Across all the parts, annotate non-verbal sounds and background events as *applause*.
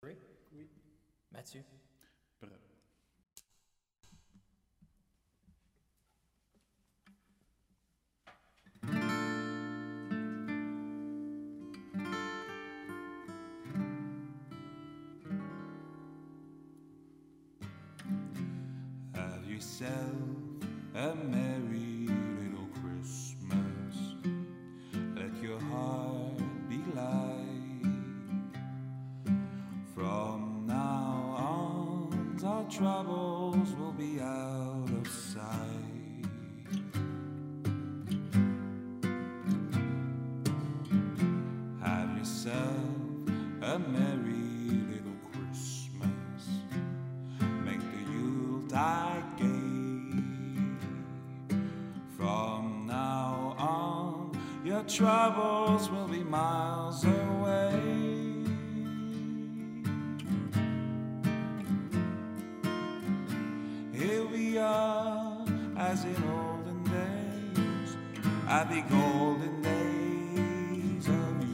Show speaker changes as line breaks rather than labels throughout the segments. Pré?
Oui.
Mathieu?
Prêt.
Have yourself a merry little Christmas. Let your heart be light. From now on, our troubles will be out of sight. Have yourself a merry little Christmas. Make the Yuletide gay. From now on, your troubles will be miles away. Here we are, as in olden days, at the golden days of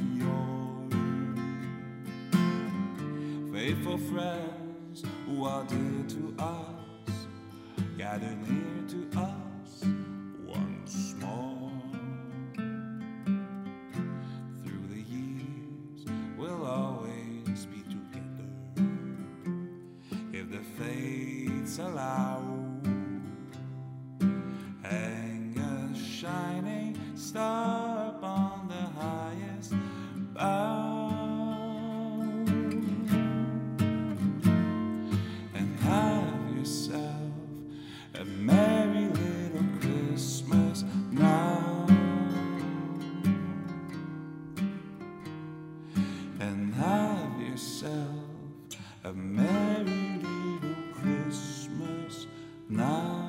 yore. Faithful friends who are dear to us, gather near to us once more. Through the years, we'll always be together if the fates allow. Hang a shining star upon the highest bough, and have yourself a merry little Christmas now, and have yourself a merry little Christmas now.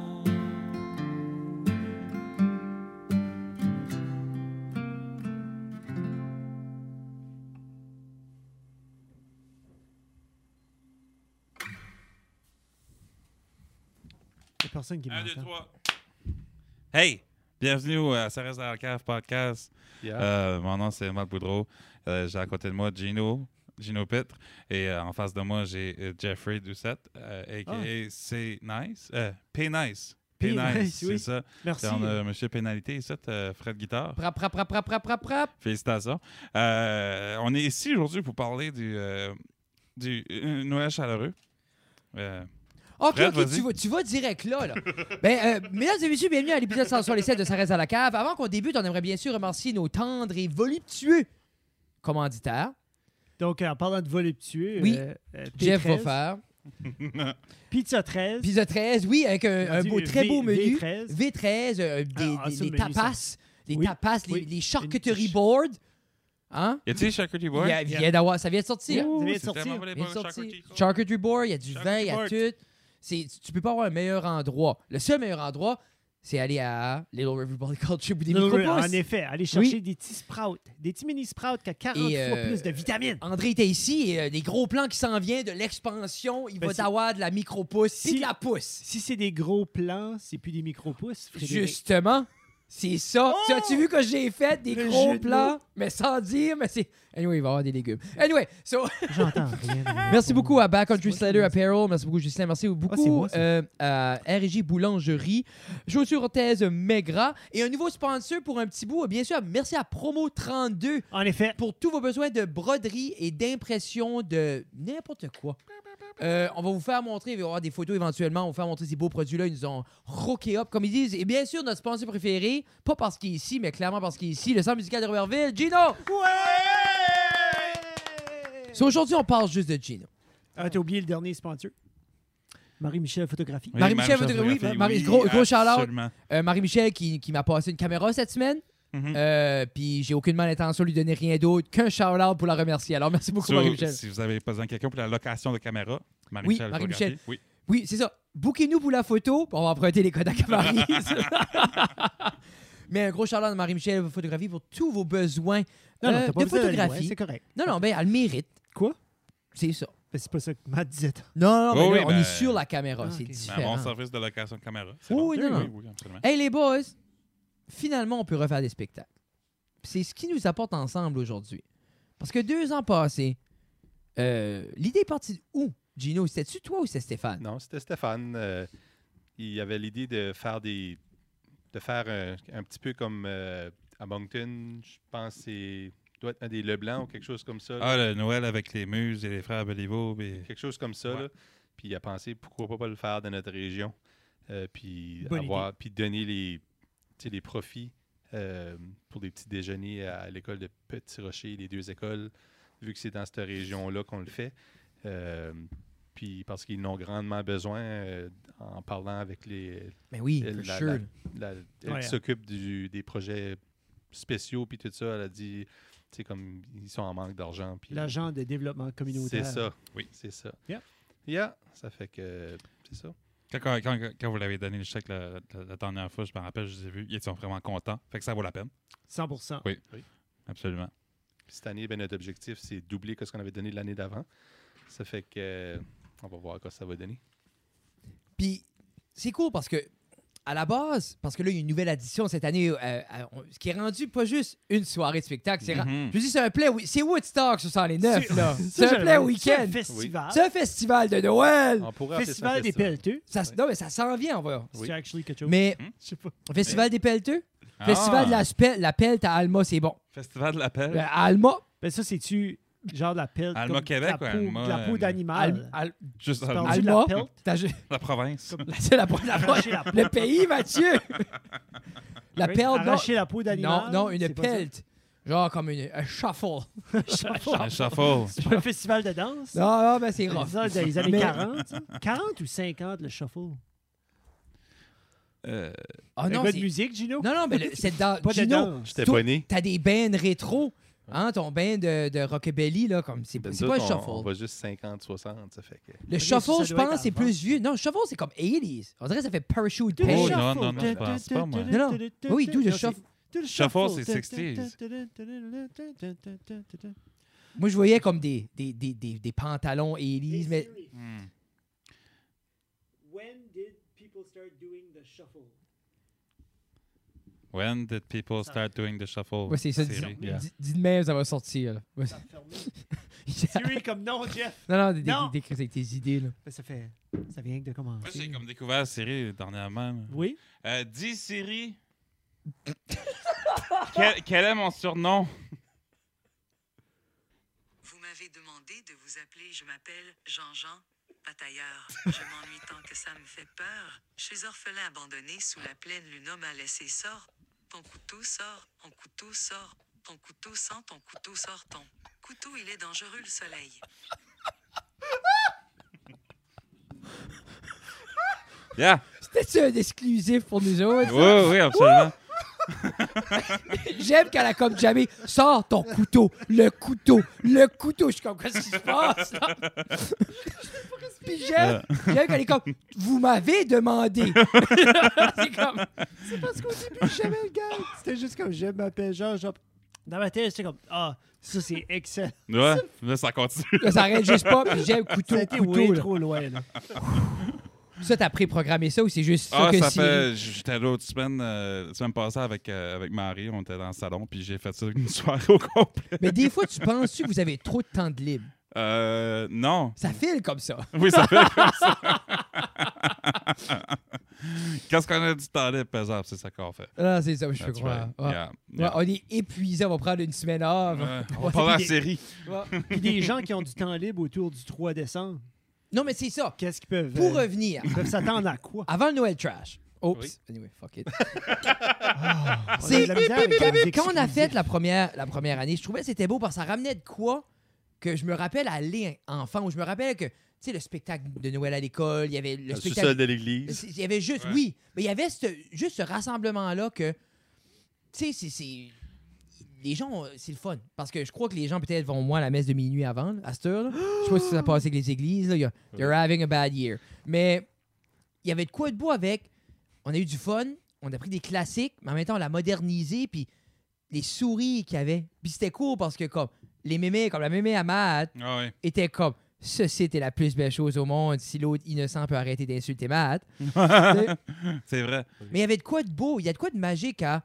Il y a personne qui
1,
m'entend.
2, 3. Hey! Bienvenue au euh, Ça reste dans la cave podcast. Euh, mon nom, c'est Marc Boudreau. Euh, j'ai à côté de moi Gino, Gino Pitre. Et euh, en face de moi, j'ai euh, Jeffrey Doucette, euh,
Ah.
a.k.a. C. Nice. Euh, P. Nice. P.
P.
Nice,
Nice,
c'est
oui.
ça.
Merci.
Et on
euh,
a Monsieur Pénalité ici, euh, Fred Guitare.
Prap, prap, prap, prap, prap, prap, prap.
Félicitations. Euh, on est ici aujourd'hui pour parler du, euh, du euh, Noël chaleureux. Euh,
Ah, OK,
Fred,
OK,
vas-y.
tu vas, tu vas direct là. *laughs* là. ben, euh, mesdames et messieurs, bienvenue à l'épisode 167 de Ça reste à la cave. Avant qu'on débute, on aimerait bien sûr remercier nos tendres et voluptueux commanditaires.
Donc, euh, en parlant de voluptueux,
Oui.
euh, euh,
Jeff
P13,
va faire.
Pizza 13.
Épisode 13, oui, avec un, un
dit
beau,
le
très
V-
beau menu.
V13.
V13, euh, des,
Ah, ah,
des-
ça,
des
le menu, ça.
tapas, des
Oui,
tapas, les-
oui.
les, charcuterie
Une-
board. Hein?
y a-t-il Charcuterie Board?
Il y a- il
Yeah.
vient d'avoir, ça vient de sortir.
Ouh,
Ouh,
Ça vient de
c'est
sortir.
tellement bon, les
Il vient de
bons
sortir.
charcuterie.
Charcuterie board, il y a du vin, il y a
board.
tout. C'est, tu- tu peux pas avoir un meilleur endroit. Le seul meilleur endroit, c'est aller à Little River *laughs* Culture ou des
Little Red,
micropousses.
En effet, aller chercher des petits sprouts, des petits mini sprouts qui a 40
Et,
fois
euh,
plus de vitamines.
André était ici et euh, des gros plans qui s'en viennent de l'expansion. Il
Ben,
va
si-
t'avoir de la micro-pousse, si...
si-
de la pousse.
Si c'est des gros plans, c'est plus des micro-pouces. Frédéric.
Justement, c'est ça. Tu
Oh!
as-tu vu que j'ai fait des
Le jeu
gros
de
plans,
mots.
mais sans dire, mais c'est. Anyway, il va y avoir des légumes. Anyway, so. *laughs*
J'entends rien.
Merci beaucoup à Backcountry
moi qui
Slider
me-
Apparel. Merci beaucoup, Justin. Merci beaucoup
c'est moi, ça.
euh, à RJ Boulangerie, Chaussures Orthèse Maigra et un nouveau sponsor pour un petit bout. Bien sûr, merci à Promo 32
En effet,
pour tous vos besoins de broderie et d'impression de n'importe quoi. Euh, on va vous faire montrer, il va y avoir des photos éventuellement, on va vous faire montrer ces beaux produits-là, ils nous ont rocké up, comme ils disent. Et bien sûr, notre sponsor préféré, pas parce qu'il est ici, mais clairement parce qu'il est ici, le Centre musical de Robertville, Gino! So, aujourd'hui, on parle juste de Gino.
ah, t'as oublié le dernier sponsor. Marie-Michel Photographie.
Oui,
Marie-Michel
Marie-Michel
Vaudreuil, oui,
Photographie,
Marie- gros- gros shout-out.
absolument.
Euh, Marie-Michel qui, qui m'a passé une caméra cette semaine.
Mhm.
Euh, Puis j'ai aucunement l'intention de lui donner rien d'autre qu'un shout-out pour la remercier. Alors merci beaucoup,
So,
Marie-Michel.
si vous avez besoin de quelqu'un pour la location de caméra, Marie-Michel.
Marie-Michel.
Fogarty. Oui.
Oui, c'est ça. Bouquez-nous pour la photo. puis On va emprunter les codes à
*laughs*
Marie. Mais un gros shout-out de Marie-Michel Photographie pour tous vos besoins
Non, non,
euh,
t'as pas
de
besoin d'aller loin,
photographie.
C'est correct.
non, non, ben elle le mérite.
Quoi?
C'est ça.
Ben, c'est pas ça que Matt disait.
Non, non, non,
Oh
mais
oui,
là, on
ben-
est sur la caméra.
Ah,
c'est
ok.
ben,
Un bon
différent.
service de location de caméra. c'est
Oui,
bon.
oui, non, non.
oui, oui, absolument.
Hey les boys, finalement on peut refaire des spectacles. C'est ce qui nous apporte ensemble aujourd'hui. Parce que deux ans passés, Euh, L'idée est partie de où, Gino? C'était-tu toi ou c'était Stéphane?
Non, c'était Stéphane. euh, il avait l'idée de faire des. de faire un, un petit peu comme euh, à Moncton, je pense que c'est. doit être un des Leblanc ou quelque chose comme
Euh,
ça. là.
Ah, le Noël avec les muses et les frères Beliveau. puis-
Quelque chose comme ça.
Ouais.
là. Puis il a pensé pourquoi pas, pas le faire dans notre région. euh, puis,
Bonne
avoir, puis donner les, tu sais, les profits euh, pour des petits déjeuners à l'école de Petit Rocher, les deux écoles, vu que c'est dans cette région-là qu'on le fait. Euh, puis parce qu'ils en ont grandement besoin euh, en parlant avec les,
Mais oui, for
Elle, la-
sure.
la- la- elle
Ouais. hein.
qui s'occupe du- des projets spéciaux puis tout ça, elle a dit, tu sais, comme ils sont en manque d'argent. puis
L'agent de développement communautaire.
C'est ça.
Oui.
C'est ça.
Yeah.
Yeah, ça fait que c'est ça.
Quand, quand- quand- quand vous l'avez donné le chèque la, la- la dernière fois, je me rappelle, je les ai vus. Ils sont vraiment contents. Fait que ça vaut la peine.
100
Oui. Absolument.
Puis Cette année, ben, notre objectif, c'est doubler que ce qu'on avait donné l'année d'avant. Ça fait que euh, on va voir quoi ça va donner.
Puis c'est cool parce que à la base, parce que là, il y a une nouvelle addition cette année, euh, euh, on- ce qui est rendu pas juste une soirée de spectacle. c'est ra-
Mhm.
Je dis, c'est un play, c'est Woodstock sur 109, là. C'est un play
plein
week-end.
festival.
C'est un festival de Noël.
On pourrait appeler ça un
Festival des
festival.
pelleteux.
Ça, s- Non, mais ça s'en vient, on va.
Oui.
C'est actually quelque chose.
Mais
je sais pas.
Festival des Pelleteux,
Ah!
Festival de la, spe- la Pelt à Alma, c'est bon.
Festival de l'appel.
Euh, à Alma,
Ben ça, c'est-tu genre de la pelle
Alma
comme de
Québec
la
ou
peau,
Alma,
de la peau
euh,
Al-
d'animal.
Al-
Juste
Tu parles
dans
Al-
de la
Alma.
pelle?
t'as ju- *laughs*
la province.
c'est la, la-
*laughs* Arracher la peau.
le pays, Mathieu. la
Oui,
Pelt, non.
Arracher la peau
Non,
d'animal.
non, une
c'est pas ça.
pelt. Genre comme une, un shuffle.
Un
*laughs*
shuffle.
C'est pas un festival de danse?
Non, non, mais c'est
C'est
rough.
ça, dans les années
Mais-
40. ça? 40 ou 50, le shuffle?
Euh,
Ah
Non,
non,
pas de
c'est-
musique, Gino?
non, non, mais le- c'est dans
Pas de
Gino,
danse.
J'étais
Tout-
pas né.
t'as des bands rétro. Hein, ton bain de, de rockabilly, là, comme c'est c'est
Nous
pas un
autres, on- On
shuffle.
va juste 50-60, ça fait que...
Le
Ok, ça
shuffle,
doit
je
être
pense, c'est
avant.
plus vieux. Non, le shuffle, c'est comme 80s. On dirait que ça fait parachute
Do the
pêche.
Oh, non, non, non,
shuffle.
je pense pas, moi.
Non, non. Oui, do the
Non, c'est-
shuffle.
do the
Shuffle, c'est
shuffle.
60s.
Moi, je voyais comme des, des, des, des, des pantalons 80s, mais
hmm.
When did people start doing the shuffle?
When did people start doing the shuffle?
ouais, c'est ça.
Série.
Dis,
Yeah.
dis- dis de même, ça va sortir.
*laughs*
là. Ouais,
Ça a fermé.
c'est-
Siri comme non, Jeff.
*laughs* non, non, des- des-
Non.
des- avec tes idées. Là.
Ben, ça fait. Ça vient que de commencer.
Moi, j'ai comme découvert la série dernièrement. là.
Oui.
Euh,
*laughs*
dis Siri. quel, quel est mon surnom?
Vous m'avez demandé de vous appeler, je m'appelle Jean-Jean Pataillard. Je m'ennuie tant que ça me fait peur. Chez orphelin abandonné sous la pleine lune, homme a laissé sort. Ton couteau sort, ton couteau sort, ton couteau sent, ton couteau sort, ton couteau il est dangereux le soleil.
Yeah!
C'était-tu un exclusif pour nous autres? ça?
Oui, oui, absolument.
J'aime qu'elle a comme jamais sors ton couteau, le couteau, le couteau. Je suis comme, qu'est-ce qui se passe?
*laughs*
là? Puis j'aime, j'aime qu'elle est comme, vous m'avez
*laughs*
demandé. c'est comme,
C'est parce qu'au début, j'aimais le gars. C'était juste comme je m'appelle Jean, Jean. Dans ma tête, j'étais comme Ah, ça c'est excellent.
Ouais, là, ça continue.
là, ça arrête juste pas. Puis j'aime couteau,
Ça a été way
couteau. là.
trop loin. Là.
Ça, t'as préprogrammé ça ou c'est juste ça
Ah,
que
ça
si.
fait. J'étais l'autre semaine, euh, la semaine passée avec, euh, avec Marie, on était dans le salon, puis j'ai fait ça une soirée au complet.
Mais des fois, tu penses-tu que vous avez trop de temps de libre?
Euh, non.
Ça file comme ça.
Oui, ça fait comme
*laughs*
ça. Qu'est-ce qu'on a du temps libre, par exemple, c'est ça qu'on fait.
Ah, c'est ça, je peux
That's
croire. Ah.
right.
Ouais.
Yeah,
Ouais,
yeah.
on est épuisé, on va prendre une semaine off. *laughs*
Ouais,
Ouais,
on parle à
c'est-
la série.
Ouais.
Puis des gens qui ont du temps libre autour du 3 décembre,
Non, mais c'est ça.
qu'est-ce qu'ils peuvent.
Pour
euh,
revenir,
ils peuvent s'attendre à quoi
avant le Noël Trash. Oops.
Oui.
Anyway, fuck it.
Ah, on a
C'est
de la misère avec les
quand on a fait
exclusifs.
la première, la première année, je trouvais que c'était beau parce que ça ramenait de quoi que je me rappelle aller enfant où je me rappelle que tu sais le spectacle de Noël à l'école, il y avait le
Le
spectacle
sous-sol de l'église.
il y avait juste
Ouais.
oui, mais il y avait ce- juste ce rassemblement là que tu sais c'est- c'est les gens, ont- c'est le fun. Parce que je crois que les gens, peut-être, vont moins à la messe de minuit avant, là, à cette heure. là. Je sais pas si ça passe avec les églises. Là. il y a- They're having a bad year. Mais il y avait de quoi de beau avec. On a eu du fun, on a pris des classiques, mais en même temps, on l'a modernisé, puis les souris qu'il y avait. Puis c'était cool parce que, comme, les mémés, comme la mémé à Matt,
Ah oui.
était comme ceci était la plus belle chose au monde si l'autre innocent peut arrêter d'insulter Matt.
C'est vrai.
Mais il y avait de quoi de beau, il y a de quoi de magique à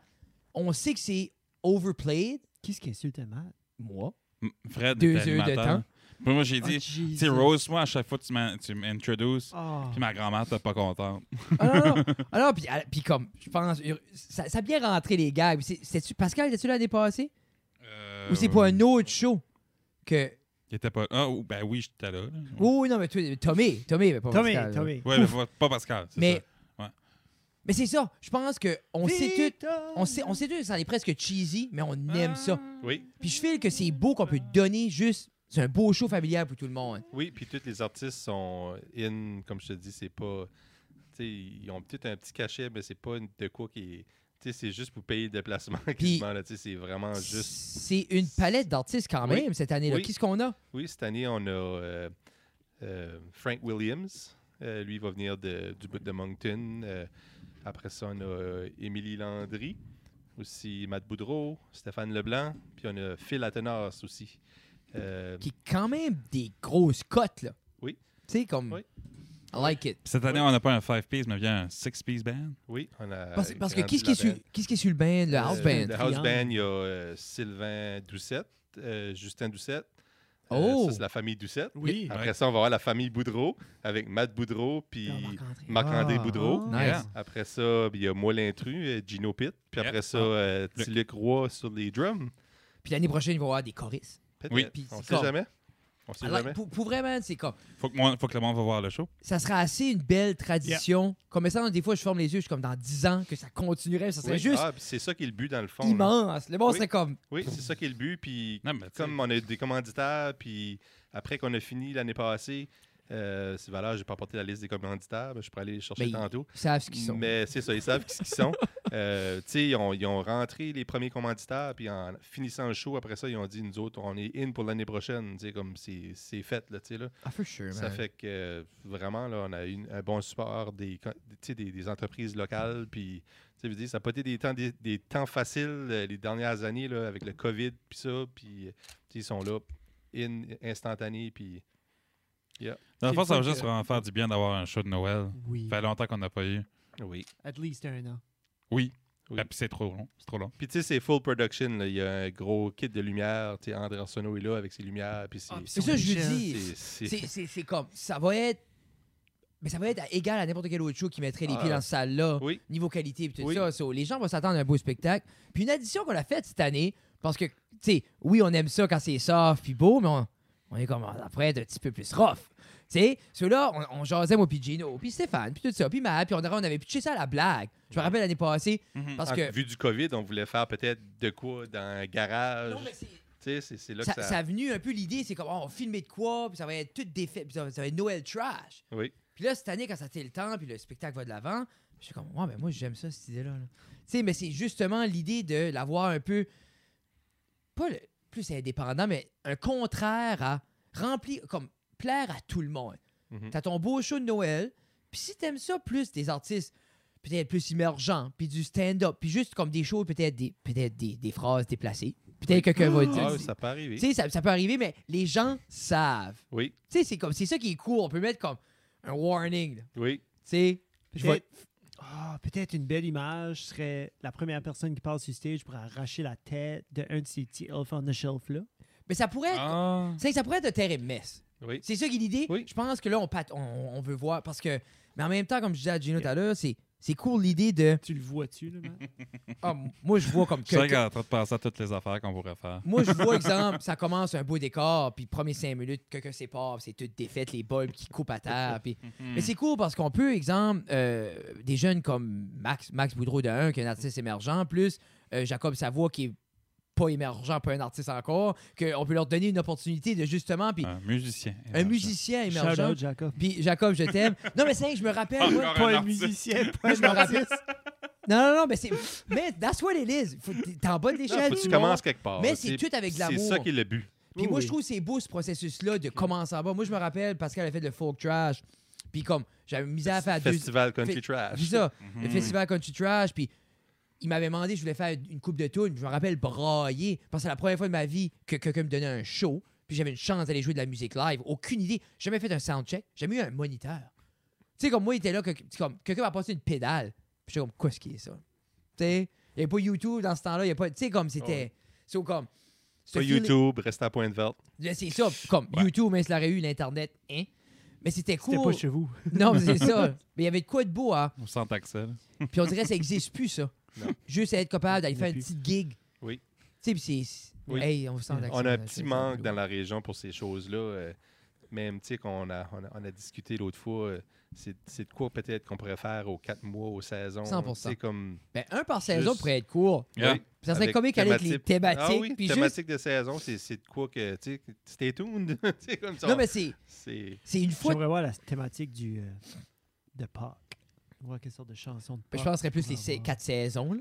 on sait que c'est overplayed,
Qu'est-ce qui insulte mal
moi.
M- Fred
Deux
était
heures de
animateur.
temps.
Puis moi, j'ai dit,
Ah,
tu sais,
Jesus.
Rose, moi, à chaque fois que tu m'in- tu m'introduces,
Ah.
puis ma grand-mère, t'es pas contente.
Alors,
*laughs*
alors puis, ah, puis comme, je pense, ça, ça a bien rentré les gars. C'est Pascal, était-tu là l'année passée?
Euh,
Ou c'est pas un autre show que.
Il était pas. Ah, ou- ben oui, j'étais là. là.
Oh, oui, non, mais toi, Tommy, Tommy, mais pas
Tommy,
Pascal. là.
Tommy.
Ouais, mais pas Pascal. c'est
Mais,
ça. Ouais.
mais c'est ça. Je pense que on sait tout.
Victor.
On sait, on sait tout, ça est presque cheesy, mais on aime ça.
Ah.
Oui,
Puis je feel que c'est beau qu'on peut donner juste. C'est un beau show familial pour tout le monde.
oui, puis tous les artistes sont in, comme je te dis, c'est pas. Tu sais, ils ont peut-être un petit cachet, mais c'est pas une- de quoi qui est. Tu sais, c'est juste pour payer le déplacement *laughs* quasiment, là. Tu sais, c'est vraiment Ah, juste.
C'est une palette d'artistes quand
Oui.
même cette année-là.
Oui.
Qu'est-ce qu'on a?
Oui, cette année, on a euh, euh, Frank Williams. Euh, lui, il va venir de- du bout de Moncton. Euh, après ça, on a euh, Émilie Landry, aussi Matt Boudreau, Stéphane Leblanc, puis on a Phil Attenas aussi. Euh,
Qui est quand même des grosses cotes, là.
Oui.
Tu sais, comme.
Oui.
I like it.
Puis Cette année, on n'a pas un 5-piece, mais bien un 6-piece band.
oui, on a.
Parce, parce que
Grande
qu'est-ce qui, est sur-
Labelle.
qu'est-ce qui est sur le band, le house
Euh,
band?
Le house
Triangle.
band, il y a euh, Sylvain Doucette, euh, Justin Doucette. Euh,
Oh!
ça, c'est la famille Doucette.
Oui.
Après
Ouais.
ça, on va avoir la famille Boudreau avec Matt Boudreau puis Marc-André
Ah.
Boudreau.
Nice.
Yeah.
Après ça, il y a moi l'intrus, euh, Gino Pitt. Puis
Yep.
après ça, euh,
Ah. Le-
Petit Luc Roy sur les drums.
Puis l'année prochaine, il va y avoir des choristes.
Peut-être.
Oui.
Puis
On
c'est
sait
comme-
jamais. On sait
I like-
jamais.
pour, pour vraiment, c'est comme.
Faut que, moi- faut que le monde va voir le show.
Ça sera assez une belle tradition. Comme ça, des fois, je forme les yeux, je suis comme dans 10 ans que ça continuerait. Ça serait
Oui.
juste
Ah, puis c'est ça qui est le but dans le fond. là.
immense. Le monde
Oui.
serait comme.
Oui, c'est ça qui est le but. Puis
Non, mais tu sais-
comme on a des commanditaires, puis après qu'on a fini l'année passée, euh, c'est valable, j'ai pas apporté la liste des commanditaires, mais je pourrais aller les chercher
Mais-
tantôt.
Ils savent ce qu'ils sont.
Mais c'est ça, ils savent ce qu'ils sont. *laughs* Euh, tu sais, ils ont, ils ont rentré les premiers commanditaires, puis en finissant le show, après ça, ils ont dit, nous autres, on est in pour l'année prochaine. Tu sais, comme c'est c'est fait, là, tu sais, là.
Ah, for sure,
Ça
man.
fait que euh, vraiment, là, on a eu un bon support des, co- tu sais, des, des entreprises locales. Puis, tu sais, je veux dire, ça n'a pas été des temps, des, des temps faciles euh, les dernières années là, avec le COVID, puis ça. Puis, euh, tu sais, ils sont là, in, instantané. Puis,
Dans le
C'est
fond, ça va
le fun
juste
que-
vraiment faire du bien d'avoir un show de Noël.
Oui.
Ça fait longtemps qu'on n'a pas eu.
oui.
At least un an.
Oui.
Oui.
Ah, puis c'est trop long. C'est trop long.
Puis, tu sais, c'est full production. là. Il y a un gros kit de lumière. Tu sais, André Arsenault est là avec ses lumières. Puis, c'est.
Ah, puis
C'est ça, je
Michel,
dis.
c'est- c'est-
C'est- C'est c'est comme, ça va être. Mais ça va être égal à n'importe quel autre show qui mettrait les pieds
Ah.
dans cette salle-là,
Oui.
niveau qualité et tout
Oui.
ça. So, les gens vont s'attendre à un beau spectacle. Puis une addition qu'on a faite cette année, parce que, tu sais, oui, on aime ça quand c'est soft puis beau, mais on, on est comme, ah, après, être un petit peu plus rough. Tu sais, ceux-là, on, on jasait, moi, puis Gino, puis Stéphane, puis tout ça, puis Matt, puis on, avait- on avait pitché ça à la blague. Je me rappelle l'année passée,
Mm-hmm.
parce
en
que.
Vu du COVID, on voulait faire peut-être de quoi dans un garage.
Non, mais c'est-
Tu sais, c'est c'est là
ça,
que ça. Ah,
ça a venu un peu l'idée, c'est comme, oh, on filmait de quoi, puis ça va être tout défait, puis ça, ça va être Noël trash.
Oui.
Puis là, cette année, quand ça a été le temps, puis le spectacle va de l'avant, je suis comme, ouais, ben moi, j'aime ça, cette idée-là. là. Tu sais, mais c'est justement l'idée de l'avoir un peu, pas le plus indépendant, mais un contraire à remplir, comme plaire à tout le monde.
Mhm.
T'as ton beau show de Noël, puis si t'aimes ça plus des artistes peut-être plus émergents, puis du stand-up, puis juste comme des shows, peut-être des, peut-être des, des phrases déplacées, peut-être quelqu'un va
Ah,
dire.
ça peut arriver.
Tu sais, ça- ça peut arriver, mais les gens savent.
Oui,
Tu sais, c'est comme c'est ça qui est cool. On peut mettre comme un warning. là. Tu
oui.
sais, je vais-
Peut-être Ah, peut-être une belle image serait la première personne qui passe sur stage pour arracher la tête d'un de ces petits elfes on the shelf là.
mais ça pourrait être,
Ah.
tu sais, ça pourrait être de terre et de messe.
Oui.
C'est ça qui est l'idée.
Oui.
Je pense que là on, pat- on on veut voir parce que mais en même temps comme je disais à Gino tout à l'heure, c'est c'est cool l'idée de
Tu le vois-tu là, Matt?
ah, moi je vois comme
Je suis
que,
en train de penser à toutes les affaires qu'on pourrait faire.
moi je vois exemple, ça commence un beau décor puis premier cinq minutes quelqu'un s'épare, puis c'est toute défaite les bulbes qui coupent à terre puis Mais c'est cool parce qu'on peut, exemple, euh, des jeunes comme Max, Max Boudreau de 1, qui est un artiste émergent, plus euh, Jacob Savoie, qui est pas émergent, pas un artiste encore, qu'on peut leur donner une opportunité de justement,
Ah,
puis
Un musicien.
un musicien
Shout
émergent.
out Jacob.
Puis Jacob, je t'aime. non, mais c'est vrai que Ah, je me rappelle. moi-
Encore un
Pas un
artiste.
*laughs* musicien, pas
je
un
me rappelle.
artiste.
Non, non, non, mais c'est. Mais that's what it is. Faut- T'es en bas de
Non,
l'échelle.
faut que tu
montes.
commences quelque part.
Mais
là,
c'est
tu sais,
tout avec de
C'est ça
l'amour.
qui est le but.
Puis
Oui,
moi,
oui.
je trouve que c'est beau ce processus-là
Mm.
de commencer en bas. Moi, je me rappelle, Pascal a fait le folk trash. Puis comme, j'avais mis à faire deux.
Festival Mm. Country
Fait-
Trash.
C'est ça,
Mhm.
le festival Country Trash, puis il m'avait demandé, je voulais faire une coupe de tunes, je me rappelle brailler, parce que c'est la première fois de ma vie que quelqu'un me donnait un show, puis j'avais une chance d'aller jouer de la musique live, aucune idée, J'ai jamais fait un soundcheck, j'ai jamais eu un moniteur. Tu sais, comme moi, il était là, que- c'est comme quelqu'un m'a passé une pédale, puis j'étais comme, qu'est-ce qui est ça? Tu sais, il n'y avait pas YouTube dans ce temps-là, il y a pas, tu sais, comme c'était, c'est comme, ce
Pas
feel-
YouTube, reste à Pointe-Verte.
Là, C'est ça, comme
Ouais.
YouTube, mais ça aurait eu l'Internet, hein? Mais c'était cool.
C'était pas chez vous.
Non,
*laughs*
mais c'est ça. Mais il y avait de quoi de beau, hein?
On sent Axel.
Puis on dirait que ça n'existe plus, ça.
Non.
Juste être capable d'aller
Il y en a
faire une
plus.
petite gig.
Oui.
Tu sais, puis c'est.
Oui.
Hey, on sent l'accent
On a un
dans la
petit
chose,
manque
ça.
dans la région pour ces choses-là. euh, même, tu sais, qu'on a, on a, on a discuté l'autre fois, euh, c'est c'est de quoi peut-être qu'on pourrait faire aux quatre mois, aux saisons.
100%.
C'est comme.
Ben, un par saison
Juste-
pourrait être court.
Yeah.
Oui,
Ça serait comique avec les thématiques.
Ah oui,
puis juste...
thématiques de saison, c'est c'est de quoi que. Tu sais, stay tuned. *laughs* c'est comme ça.
Non, mais c'est,
C'est.
c'est une fois.
J'aimerais voir *laughs* la thématique du, euh, de Pâques. Voir quelle sorte de chanson de
Je pense
Pâques.
que ce serait plus les
Ouais,
sa-
ouais.
quatre saisons. Là.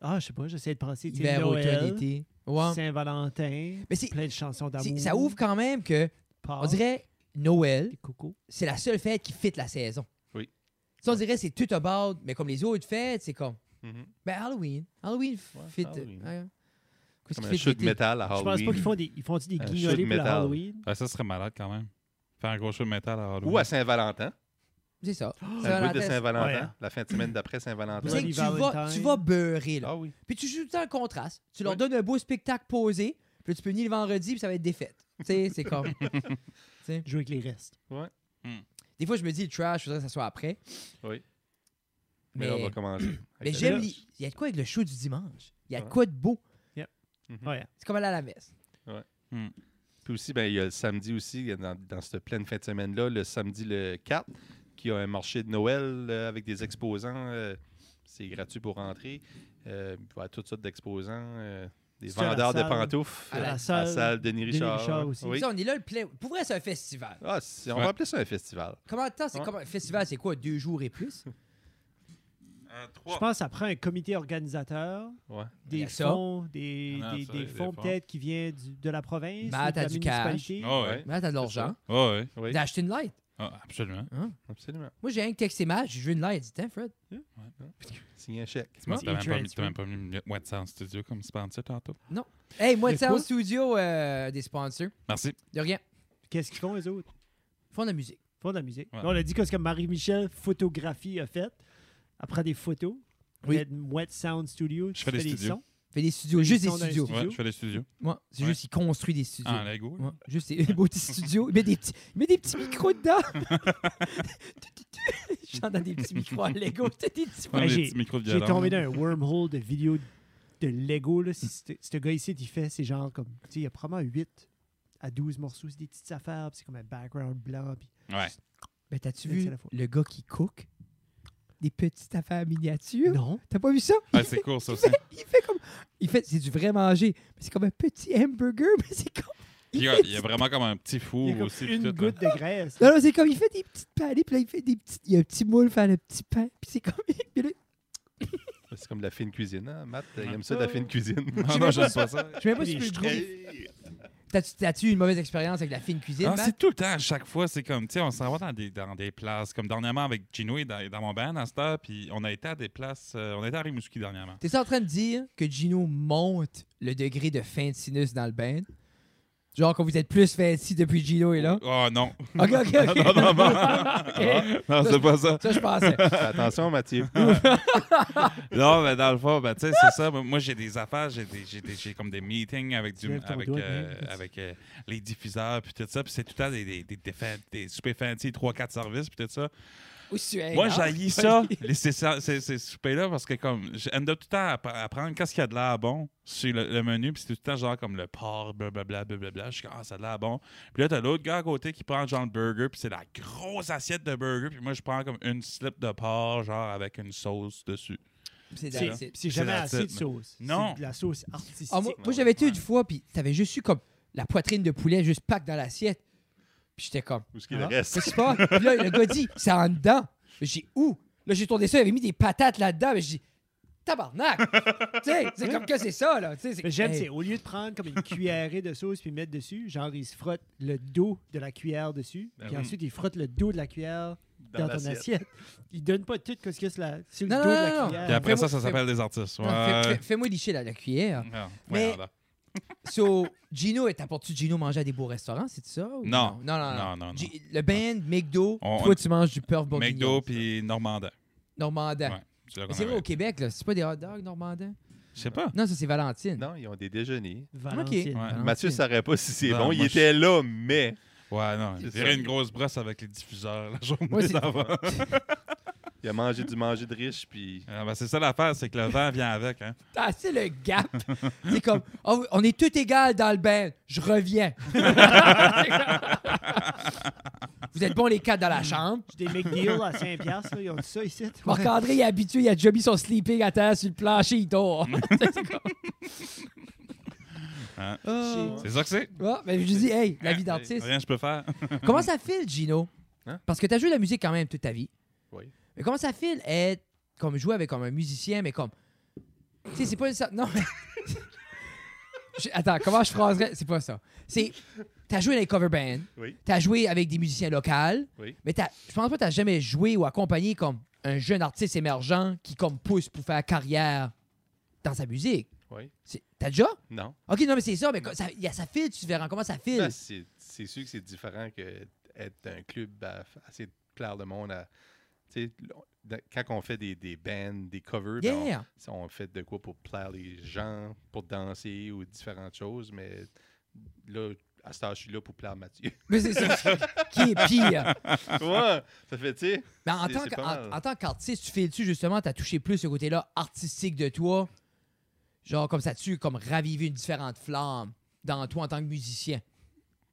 Ah, je sais pas, j'essaie de penser. tu sais,
Hiver, automne,
Noël,
été. Ouais.
Saint-Valentin,
Mais c'est-
plein de chansons
C'est-
d'amour. Ah.
Ça ouvre quand même que,
Pâques,
on dirait, Noël,
des cocos.
c'est la seule fête qui fit la saison.
Oui.
Ça, on dirait, c'est tout about, mais comme les autres fêtes, c'est comme.
Mhm.
Ben, Halloween. Halloween f-
Ouais,
fit. euh,
Halloween.
ouais. Qu'est-ce
Comme
qui
un
fit
shoot
l'été?
metal à
Je pense
Halloween.
pas qu'ils font des, ils font des
Euh,
Un
guignolés
show de
pour le
métal.
Halloween.
Ah, ça serait malade quand même. Faire un gros show de métal à Halloween.
Ou à Saint-Valentin.
C'est ça.
La
Oh. Saint-Valentin,
de Saint-Valentin.
Ouais.
La fin de semaine d'après
Tu
Saint-Valentin.
sais que
Bloody
tu vas,
Valentine.
tu vas beurrer, là.
Ah oui.
Puis tu joues tout le temps le contraste. Tu leur
Ouais.
donnes un beau spectacle posé, puis tu peux venir le vendredi, puis ça va être défaite. Tu sais, c'est
*laughs*
comme.
Jouer avec les restes.
Des fois, je me dis, le trash, je voudrais que ça soit après.
Oui.
Mais,
Mais, là, on
*clears throat*
va commencer.
mais
Avec
j'aime.
la-
les- Il y a de quoi avec le show du dimanche? Il y a de
Ouais.
quoi de beau?
Mhm.
Ouais.
C'est comme aller à la messe.
Puis aussi, ben, il y a le samedi aussi, il y a dans, dans cette pleine fin de semaine-là, le samedi le 4, qui a un marché de Noël euh, avec des exposants. euh, c'est gratuit pour rentrer. Euh, il va y avoir toutes sortes d'exposants. euh, des
C'est à la
vendeurs de
salle-
pantoufles.
à la
euh,
salle
Denis
Denis
Richard.
Richard aussi.
Oui.
Ça, on est là le plein. Pour vrai, c'est un festival.
Ah, c'est- on
Ouais.
va appeler ça un festival.
Comment de temps? C'est
Ouais.
comme un festival, c'est quoi? Deux jours et
*laughs*
plus?
Je pense que ça prend un comité organisateur,
Ouais.
Il y
des
a ça.
fonds, des,
Ah,
des,
ça,
des
des
fonds
fonds.
peut-être qui viennent du- de la province,
Matt
ou de
a
la
du cash.
municipalité.
Ah ouais.
Ouais.
Mais là, t'as de l'argent.
Ah ouais.
Oui,
T'as acheté une light.
Ah, absolument.
absolument.
Moi, j'ai un texte match, je veux une light. Dis, tiens, Fred.
Signer un chèque.
Tu m'as-
Petit
t'as même pas mis-
e-transfer.
t'as même pas mis le Wet Sound Studio comme sponsor tantôt.
Hey, moi,
Mais
c'est
quoi?
au studio euh, des sponsors.
Merci.
De rien.
Qu'est-ce qu'ils font, les autres?
Font de la musique.
Ils font de la musique.
Ouais.
Là, on a dit que ce que Marie-Michel Photographie a fait, après des photos,
Oui.
Red Wet Sound Studio,
Je
tu
fais des
fais des
studios.
sons.
Fait des studios,
Fait des
juste des
sons dans les
studios.
Studio?
Ouais, je fais les studios.
Moi, c'est
Ouais.
juste, il construit des studios.
Ah, Lego.
Ouais, juste des, des beaux petits studios. Il met des petits, il met des petits micros dedans.
*laughs*
*laughs* Je chante dans des petits micros à
*laughs*
Lego. C'est des petits
Comme
Ouais,
des
j'ai-
petits micros de
J'ai
violon,
tombé dans
là.
un wormhole de vidéos de Lego. Là. Si c'te- Ce gars ici, il fait, c'est genre comme, tu sais, il y a probablement 8 à 12 morceaux, c'est des petites affaires, puis c'est comme un background blanc. puis- *laughs*
Ouais.
Mais Ben, t'as-tu
Une
vu
seule fois.
le gars qui cook? Des petites affaires miniatures?
Non.
T'as pas vu ça?
Ah, c'est cool, ça aussi.
Il fait comme. Il fait. C'est du vrai manger. Mais c'est comme un petit hamburger. *laughs* Mais c'est comme. il
Puis, Il y, a,
fait
il y a vraiment comme un petit
Il y a
four
comme
aussi. puis
une
tout, hein.
goutte de
*laughs*
graisse.
Non, non, c'est comme il fait des petites palées, puis là, il fait des petites. Il y a un petit moule faire le petit pain, puis c'est comme. *laughs* puis là,
C'est comme de la fine cuisine. Hein? Matt, il
Ah.
aime ça de la fine cuisine. *laughs*
Ah, non, j'aime pas ça.
je sais même pas si
Les
tu peux le goûter.
Hey!
*laughs* T'as-tu- T'as-tu eu une mauvaise expérience avec la fine cuisine,
Ah,
Matt?
c'est tout le temps, à chaque fois, c'est comme, tu sais, on s'en va dans des, dans des places. Comme dernièrement avec Gino et dans, dans mon band à cette heure, puis on a été à des places, euh, on a été à Rimouski dernièrement.
T'es en train de dire que Gino monte le degré de fin de sinus dans le bain? Genre que vous êtes plus fancy depuis Gino est là?
Oh non.
Ok, ok, ok.
*laughs* non, non, non.
Ok.
Ah. Non, c'est pas ça.
*laughs* Ça, je pensais.
Fais Attention, Mathieu.
Non, mais dans le fond, ben, tu sais, c'est ça. Moi, moi, j'ai des affaires, j'ai des, j'ai des- j'ai comme des meetings avec,
Tu
du,
lèves ton
avec,
doigt,
euh,
hein.
avec euh, les diffuseurs, puis tout ça. Puis c'est tout le temps des, des, des, des, fan- des super fancy, 3-4 services, puis tout ça.
Où suis
Moi, j'haïs ça, les- ces, ces, ces soupers-là, parce que comme, je end up tout le temps à, pr- à prendre qu'est-ce qu'il y a de l'air bon sur le, le menu, puis c'est tout le temps genre comme le porc, blablabla, blablabla. Je suis comme, ah, ça a de l'air bon. Puis là, t'as l'autre gars à côté qui prend genre le burger, puis c'est la grosse assiette de burger, puis moi, je prends comme une slip de porc, genre avec une sauce dessus.
C'est
C'est-
that's it.
puis C'est jamais
C'est la
assez de
type.
sauce.
Non.
C'est de la sauce artistique.
Ah, moi, moi, j'avais été une fois, puis t'avais juste eu comme la poitrine de poulet juste pack dans l'assiette. Puis j'étais comme,
Où est-ce qu'il
Ah.
reste?
qu'est-ce qui se passe? Puis là, le gars dit, c'est en dedans. Mais J'ai où? Là, j'ai tourné ça, il avait mis des patates là-dedans. Mais j'ai dit,
*laughs*
tabarnak! tu sais, c'est comme que c'est ça, là. Tu sais, c'est-
Mais j'aime,
Hey,
c'est au lieu de prendre comme une cuillerée de sauce puis mettre dessus, genre, il se frotte le dos de la cuillère dessus,
Ben
puis
oui.
ensuite, il frotte le dos de la cuillère dans,
Dans
ton
l'assiette.
assiette. *laughs* Il donne pas tout ce que c'est la- sur le
Non,
dos
non, non,
de la
non.
cuillère.
Puis après
Euh, fais-moi-
ça, ça s'appelle des artistes.
non,
Ouais.
fais- fais- Fais-moi licher la, la cuillère.
Ah, ouais,
Mais-
voilà.
So, Gino, t'apportes-tu Gino manger à des beaux restaurants, c'est ça? ou
Non.
Non, non, non.
Non, non, non.
G- le band, McDo,
On-
toi, tu manges du porc bourguignon.
McDo puis Normandin.
Normandin.
Ouais, c'est
Mais
là qu'on
c'est vrai,
avait-
au Québec, là, c'est pas des hot dogs normandins?
Je sais pas.
Non, ça, c'est Valentine.
Non, ils ont des déjeuners.
Valentine.
Ouais.
Valentine.
Mathieu ne saurait pas si c'est
Non,
bon. Il
moi, je-
était là, mais.
Ouais, non.
C'est
Il y
ça.
aurait une grosse brosse avec les diffuseurs la journée
Ouais, c'est-
d'avant.
Il a mangé du manger de riche, puis.
Ah, ben, c'est ça l'affaire, c'est que le vent vient avec. Hein.
Ah, c'est le gap. c'est comme, oh, on est tout égal dans le bain. Je reviens. Vous êtes bons les quatre dans la chambre.
J'ai des McDeal à 5 piastres, là, ils ont dit ça ici.
Marc-André il est habitué, il a déjà mis son sleeping à terre sur le plancher, il dort. C'est comme-
Hein?
Oh.
C'est ça que c'est.
Ouais, mais je dis, hey, la vie d'artiste.
Rien que je peux faire.
Comment ça file, Gino?
Mm-hmm. Hein?
Parce que t'as joué de la musique quand même toute ta vie.
Oui.
Mais comment ça file être comme jouer avec comme un musicien, mais comme. Tu sais, c'est pas ça. Non, mais. *laughs* Je- Attends, comment je phraserais? C'est pas ça. C'est. T'as joué dans les cover bands.
Oui.
T'as joué avec des musiciens locaux.
Oui.
Mais t'as- je pense pas que t'as jamais joué ou accompagné comme un jeune artiste émergent qui comme pousse pour faire carrière dans sa musique.
Oui.
C'est- T'as déjà?
Non.
Ok, non, mais c'est ça, mais co- ça, y a- ça file, tu verras. Comment ça file?
Ben, c'est c'est sûr que c'est différent que être un club à f- à essayer de plaire le monde. À, tu sais, l'on- dans- quand on fait des, des bands, des covers, ben, on-
Yeah!
ça, on, fait de quoi pour plaire les gens, pour danser ou différentes choses, mais là, à ce âge, je suis là pour plaire
*laughs*
Mathieu.
Mais c'est ça qui est pire.
*laughs* ouais, ça fait, tu sais,
Mais en
C'est-
tant,
c'est
que-
pas mal.
en, en tant qu'artiste, tu files-tu justement, t'as touché plus ce côté-là artistique de toi? Genre comme ça, tu comme raviver une différente flamme dans toi en tant que musicien.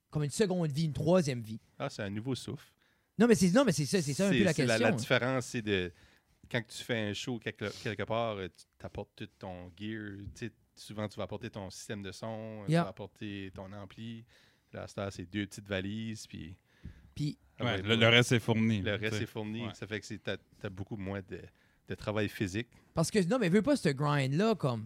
Comme une seconde vie, une troisième vie.
ah, c'est un nouveau souffle.
Non, mais c'est non, mais c'est ça, c'est ça un peu la
c'est
question.
La, différence, c'est de quand tu fais un show quelque, quelque part, euh, tu t'apportes tout ton gear. tu sais, souvent, tu vas apporter ton système de son, euh,
Yeah.
tu vas apporter ton ampli. Là, à cette heure, c'est deux petites valises, puis
Puis,
Ah
Ouais,
ouais,
le, le reste est fourni.
le
là,
reste
tu sais.
est fourni.
Ouais.
Ça fait que tu as, beaucoup moins de, de travail physique.
parce que non, mais veux pas ce grind-là comme.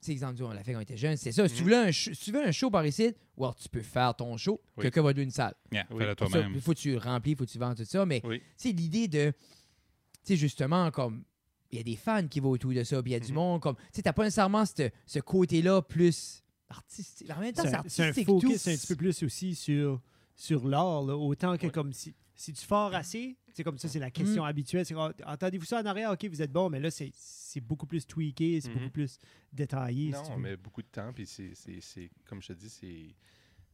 Tu sais, exemple, on l'a fait quand on était jeune, c'est ça. Si, tu
Mhm.
voulais un sh- si tu veux un show par ici, ou alors tu peux faire ton show,
Oui.
quelqu'un va te donner une salle.
Yeah,
Oui.
Fais-le
Pour ça,
toi-même.
Il faut que tu remplis, il faut que tu vendes tout ça. Mais
Oui.
tu sais, l'idée de. Tu sais, justement, comme. Il y a des fans qui vont autour de ça, puis il y a du
Mhm.
monde. comme Tu sais, t'as pas nécessairement ce, ce côté-là plus artistique. En même temps, c'est
C'est un- C'est un
artistique tout.
focus un petit peu plus aussi sur, sur l'art, là, autant que comme si, si tu fort assez, c'est comme ça, c'est la question habituelle. c'est comme, Entendez-vous ça en arrière? OK, vous êtes bon, mais là, c'est- c'est beaucoup plus tweaké, c'est
Mhm.
beaucoup plus détaillé. si tu
Non,
veux.
mais beaucoup de temps. Puis c'est, c'est- c'est- comme je te dis, c'est,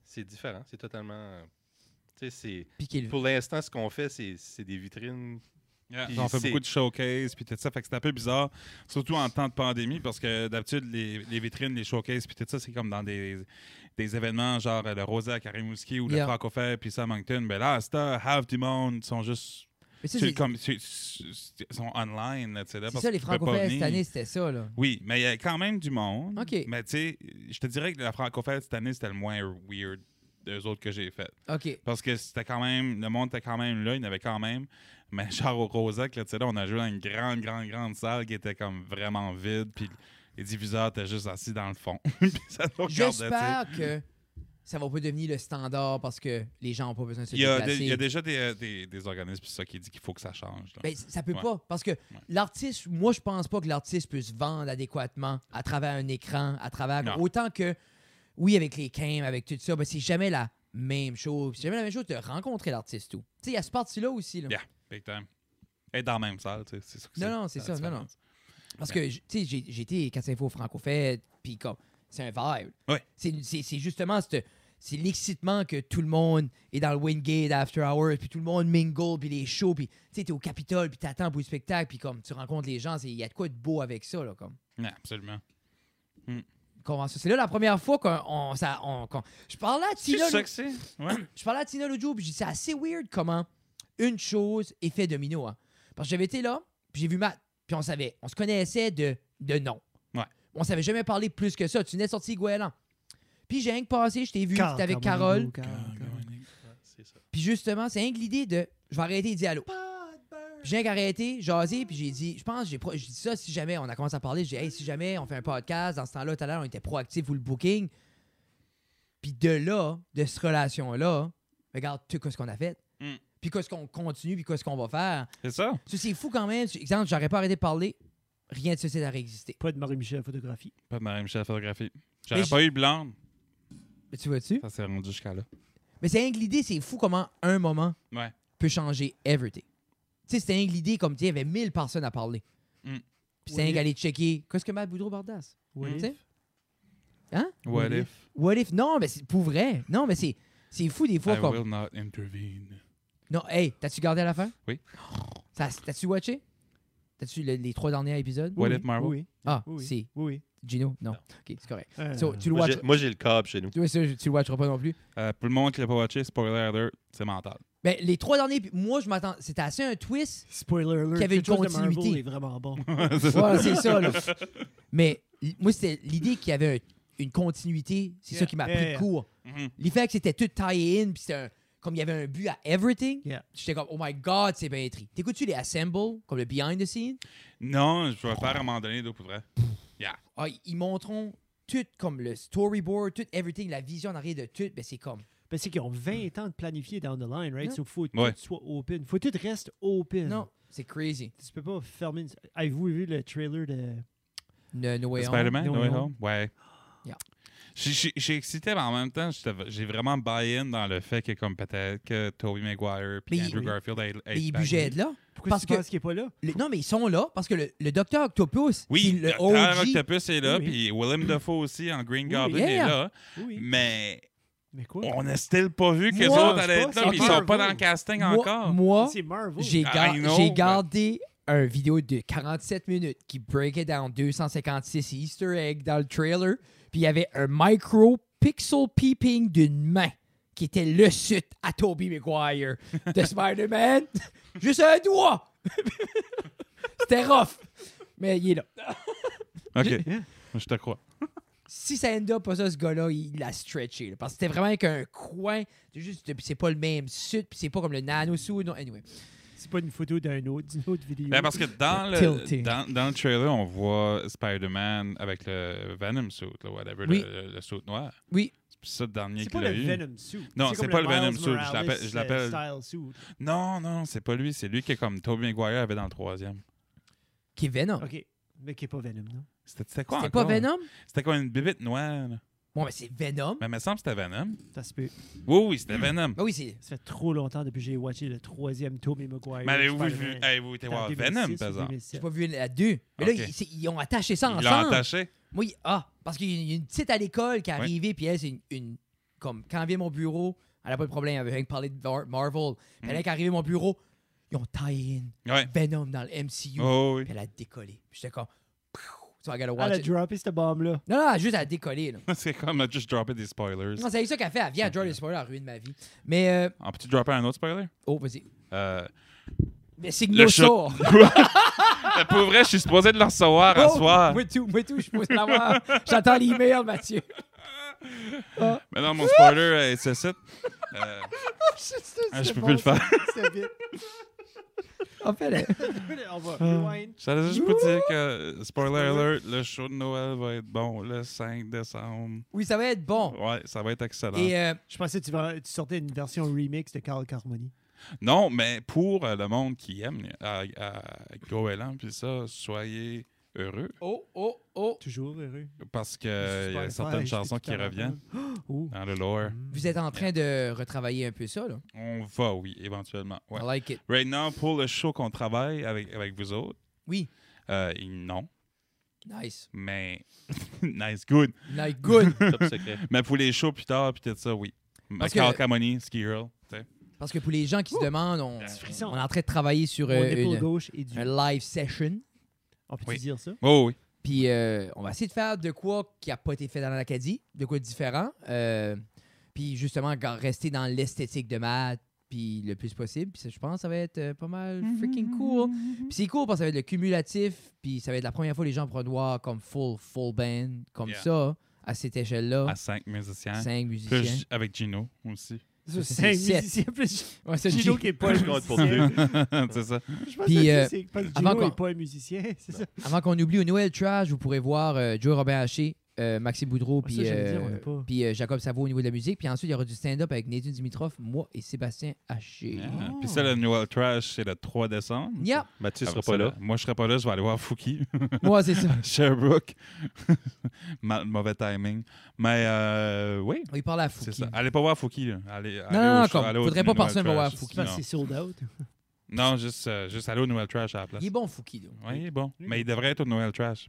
c'est différent. C'est totalement. Tu sais, c'est-
Piquer le-
pour l'instant, ce qu'on fait, c'est, c'est des vitrines.
Yeah,
Puis
on fait
c'est-
beaucoup de showcases puis tout ça. Fait que c'est un peu bizarre, surtout en temps de pandémie, parce que d'habitude, les, les vitrines, les showcases puis tout ça, c'est comme dans des, des événements genre euh, le Rosé à Karimouski ou le
Yeah.
Francophère puis ça à Moncton. Mais là, à cette heure, half du monde ils sont juste.
Mais ça,
c'est
c'est-
comme- c'est- c'est- ils sont online, là, tu sais. là,
c'est
parce
ça, les
qu'ils pouvaient pas
francophones cette
venir.
année, c'était ça. Là.
Oui, mais il y a quand même du monde.
OK.
Mais tu sais, je te dirais que la francophone cette année, c'était le moins weird des autres que j'ai fait.
OK.
Parce que c'était quand même, le monde était quand même là, il y en avait quand même. Mais genre au Rosac, là, tu sais, là, on a joué dans une grande, grande, grande salle qui était comme vraiment vide. Puis les diffuseurs étaient juste assis dans le fond. *laughs* puis ça nous regardait, tu sais.
J'espère que ça va pas devenir le standard parce que les gens ont pas besoin de se
Il y, a
déplacer.
des- il y a déjà des, euh, des- des organismes puis ça qui dit qu'il faut que ça change. là.
Ben, c- ça peut
Ouais.
pas. Parce que l'artiste, moi, je pense pas que l'artiste peut se vendre adéquatement à travers un écran, à travers.
Non.
Autant que, oui, avec les cams, avec tout ça, ben, c'est jamais la même chose. C'est jamais la même chose de rencontrer l'artiste, tout. Tu sais, il y a ce parti-là aussi. là.
Yeah, big time. Être dans la même salle, tu sais, c'est ça que
Non, non, c'est
la
ça, non,
différence.
Parce que, j- tu sais, j'ai- j'ai été quand c'est info franco-fête, puis comme, c'est un vibe.
Ouais.
C'est c'est- c'est justement cette- C'est l'excitement que tout le monde est dans le Wingate After Hours, puis tout le monde mingle, puis les shows, puis tu sais, t'es au Capitole, puis t'attends pour le spectacle, puis comme tu rencontres les gens, c'est- il y a de quoi de beau avec ça, là, comme.
Ouais, absolument.
convention. C'est là la première fois qu'on on- ça- on- qu'on- je parlais à
C'est
Tina,
ça
le-
que c'est? Ouais.
je parlais à Tina l'autre jour, puis j'ai dit c'est assez weird comment une chose est fait domino. hein. Parce que j'avais été là, puis j'ai vu Matt, puis on savait, on se connaissait de de nom.
Ouais.
On savait jamais parler plus que ça. Tu n'es sorti Goéland. Puis j'ai rien que passé, je t'ai vu,
Car-
t'étais avec
Carbonaro,
Carole.
Car- Car-
*coughs*
Ouais, c'est ça.
Puis justement, c'est rien que l'idée de je vais arrêter et dire allô. Puis j'ai rien qu'arrêté, jasé, puis j'ai dit, je pense, j'ai pro- j'ai dit ça si jamais on a commencé à parler, j'ai dit, hey, si jamais on fait un podcast, dans ce temps-là, tout à l'heure, on était proactif ou le booking. Puis de là, de cette relation-là, regarde tout ce qu'on a fait,
Mm.
puis qu'est-ce qu'on continue, puis qu'est-ce qu'on va faire.
C'est ça?
Ça, C'est fou quand même. Exemple, j'aurais pas arrêté de parler, rien de ceci n'aurait existé.
Pas de Marie-Michel photographie.
Pas de Marie-Michel photographie. J'avais
Mais
pas eu de blonde.
Mais tu vois-tu?
Ça s'est rendu jusqu'à là.
Mais c'est rien que l'idée, c'est fou comment un moment
Ouais.
peut changer everything. Tu sais, c'était rien que l'idée, comme tu dis, il y avait 1000 personnes à parler.
Mm.
Puis c'est rien qu'aller checker. Qu'est-ce que Matt Boudreau Bardas?
What
Mm.
if?
Tu sais?
What
Oui.
if
What if? Non, mais c'est pour vrai. Non, mais c'est, c'est fou des fois.
I
comme...
will not intervene?
Non, hey, t'as-tu gardé à la fin?
Oui.
*gasps* Ça- T'as-tu watché? T'as-tu le- les trois derniers épisodes?
What
Oui,
if Marvel?
Oui,
Ah,
oui,
si.
oui.
Gino? Non.
Non.
OK, c'est correct.
Euh,
So, tu le
Moi,
watches.
j'ai- Moi, j'ai le câble chez nous.
Tu, vois ça, tu le watcheras pas non plus.
Euh, pour le monde qui l'a pas watché, spoiler alert, c'est mental. *laughs*
Ben, les trois derniers, épi- moi, je m'attends. C'était assez un twist.
Spoiler alert,
Qu'il y avait une
quelque chose de Marvel
continuité.
est
*laughs*
vraiment bon.
Ouais,
*laughs*
c'est ça, là. Mais l- moi, c'était l'idée qu'il y avait un- une continuité. C'est ça
Yeah.
qui m'a
Yeah,
pris
yeah.
de court.
Mhm.
L'effet que c'était tout tie-in, puis c'était un- comme il y avait un but à everything.
Yeah.
J'étais comme, oh my god, c'est bien écrit. T'écoutes-tu les Assemble, comme le behind the scenes?
Non, je vais le faire à un moment donné, là, pour vrai.
Ah, ils montreront tout comme le storyboard, tout everything, la vision en arrière de tout. Ben, c'est comme.
Parce qu'ils ont 20 ans de planifier down the line, right?
Non.
So, faut que
Ouais.
tout soit open. Faut que tout reste open.
Non, c'est crazy.
Tu peux pas fermer. une- Avez-vous vu le trailer de.
No, no way Home.
Spider-Man,
No
No
Way
Way
Home.
Home? Ouais.
Yeah.
J'ai- J'ai j'ai excité, mais en même temps, j'étais v- j'ai vraiment buy-in dans le fait que, comme peut-être que Tobey Maguire puis
Mais il-
Andrew Garfield aient- aient
Mais ils
back-
budgètent là.
Pourquoi
Parce
tu
que-
penses qu'il est pas là?
Le- non, mais ils sont là parce que le, le Docteur Octopus,
Oui,
qui est
le
le
Terre
OG.
Octopus est là,
Oui, oui.
puis Willem Dafoe aussi en Green Goblin
yeah.
est là,
Oui.
mais
Mais quoi?
on n'a still pas vu que
Moi,
les autres
je
allaient être
pense
là,
que
puis ils
c'est
sont pas
Marvel.
dans le casting
Moi,
encore.
moi
C'est Marvel.
j'ai gar-
I know,
j'ai
mais-
gardé un vidéo de 47 minutes qui breakait down 256 Easter eggs dans le trailer. Puis il y avait un micro pixel peeping d'une main qui était le sut à Tobey Maguire
*laughs*
de Spider-Man. Juste un doigt! *laughs* C'était rough! Mais il est là.
OK, je te crois.
si ça end up pas ça, ce gars-là, il l'a stretché. là, parce que c'était vraiment qu'un coin. C'est juste, puis c'est pas le même sud, puis c'est pas comme le nano sud. non, Anyway.
C'est pas une photo d'un autre, d'une autre vidéo.
Ben, parce que dans
Tilting.
le, dans, dans le trailer, on voit Spider-Man avec le Venom suit, là, whatever,
Oui.
le, le- le suit noir.
Oui.
C'est ça le dernier
C'est
qu'il
pas
a
le
eu.
Venom suit.
Non, c'est
comme
pas le Venom
Miles
suit, je
Morales,
l'appelle- je
euh,
l'appelle-
Style suit.
Non, non, c'est pas lui. C'est lui qui est comme Tobey Maguire avait dans le troisième.
Qui est Venom.
OK. Mais qui est pas Venom, non?
C'était c'était quoi
C'était pas
encore?
Venom?
C'était comme une bibite noire. là. Ben,
Bon, mais c'est Venom.
Mais il me semble que c'était Venom.
Ça se peut.
Oui, oui, c'était Venom.
Ben oui, c'est.
Ça fait trop longtemps depuis que j'ai watché le troisième Tobey Maguire.
Mais avez-vous vu-
Spider-Man.
avez-vous été
C'était en
voir
2006
Venom,
ou
par exemple?
2007.
J'ai pas vu la 2. Mais là,
Ok.
ils, c'est- ils ont attaché ça
Il l'a
ensemble.
entaché.
Moi, il- ah, parce qu'il y a une- une petite à l'école qui est arrivée, puis elle, c'est une, une- Comme quand elle vient à mon bureau, elle a pas de problème, elle veut rien que parler de Mar- Marvel. Puis elle est arrivée à mon bureau, ils ont tie-in
Mm. Ouais.
Venom dans le MCU.
Oh, oui. *laughs*
Puis elle a décollé. Puis j'étais comme. So I gotta
Elle
watch
a
it.
droppé
*laughs*
cette bombe-là.
Non, non, juste à décoller. Là.
C'est comme uh, just dropper des spoilers.
Non, c'est ça qu'elle fait. Elle
*laughs*
vient à Jordan Spoiler, elle ruine ma vie. Mais, euh,
En petit dropper un autre spoiler?
oh, vas-y.
Euh,
Mais Signo
shot.
sort.
mais pour vrai, je suis supposé de le recevoir à
Oh,
soir.
Moi, tout, moi, tout, je pose l'avoir. J'attends l'email, Mathieu.
Mais non, mon spoiler euh, est
*laughs*
ce site. Euh, ah, je peux plus le faire.
C'était vite.
En fait, elle-
On va rewind.
Je savais juste pour dire que, euh, spoiler alert, le show de Noël va être bon le 5 décembre.
oui, ça va être bon.
Ouais, ça va être excellent.
Et, euh,
Je pensais que tu, vas- tu sortais une version remix de Carl Carmoni.
euh,
Non, mais pour euh, le monde qui aime euh, euh, Goéland, puis ça, soyez heureux
oh, oh, oh.
Toujours heureux.
parce qu'il Euh, y a certaines chansons qui reviennent
Oh.
dans le lore.
Vous êtes en train de retravailler un peu ça, là.
On va, oui, éventuellement. Ouais.
I like it.
Right now, pour le show qu'on travaille avec, avec vous autres,
Oui.
euh, non,
Nice.
mais *laughs* nice, good.
Like, good.
Top secret.
Mais pour les shows plus tard, puis tout ça, oui.
Parce
Parce
que-
que Camoni, Ski Girl, tu sais.
Parce que pour les gens qui se demandent, on,
Petit
on
frisson.
est en train de travailler sur
Mon
euh,
épaule
une-
gauche est du.
un live session.
On peut
Oui.
dire ça?
Oh oui.
Puis euh, on va essayer de faire de quoi qui n'a pas été fait dans l'Acadie, de quoi de différent. Euh, puis justement, gar- rester dans l'esthétique de Matt, puis le plus possible. Puis ça, je pense que ça va être euh, pas mal freaking cool. Puis c'est cool parce que ça va être le cumulatif, puis ça va être la première fois que les gens pourront voir comme full, full band, comme
Yeah.
ça, à cette échelle-là.
À cinq musiciens.
Cinq
Plus
musiciens.
G- avec Gino aussi. *laughs*
Ça, c'est
Cinq
sept.
musiciens
*laughs*
plus
Ouais, ça,
Gino
j'ai-
qui est pas un
Je compte pour
musicien.
*laughs*
c'est ça.
Je pense
Puis,
que
euh,
c'est- c'est parce que
avant
Gino
qu'on-
n'est pas un musicien, c'est ça?
Avant qu'on oublie au Noël Trash, vous pourrez voir euh, Joe Robin Haché, euh, Maxime Boudreau,
Ah,
puis
ça, j'allais
euh,
dire, on l'a pas.
puis, euh, Jacob Savo au niveau de la musique. Puis ensuite, il y aura du stand-up avec Nathan Dimitrov, moi et Sébastien Haché.
Yeah. Euh, Puis ça, le Noël Trash, c'est le 3 décembre.
Yep,
Mathieu
Ah,
sera
ça,
pas là.
Moi, je serai pas là. Je vais aller voir Fouki, *laughs*
moi, c'est ça.
Sherbrooke. *laughs* Ma- mauvais timing. Mais euh, oui,
Il parle à
c'est
Fouki.
ça. Allez pas voir Fouki. Là. Allez, allez
non,
au
non,
show-
comme,
allez au
faudrait pas
Noël
personne va voir
Trash.
Fouki.
C'est parce que c'est sold out.
Non, juste, euh, juste aller au Noël Trash à la place.
Il est bon, Fouki. là.
Oui, il est bon. Mais il devrait être au Noël Trash.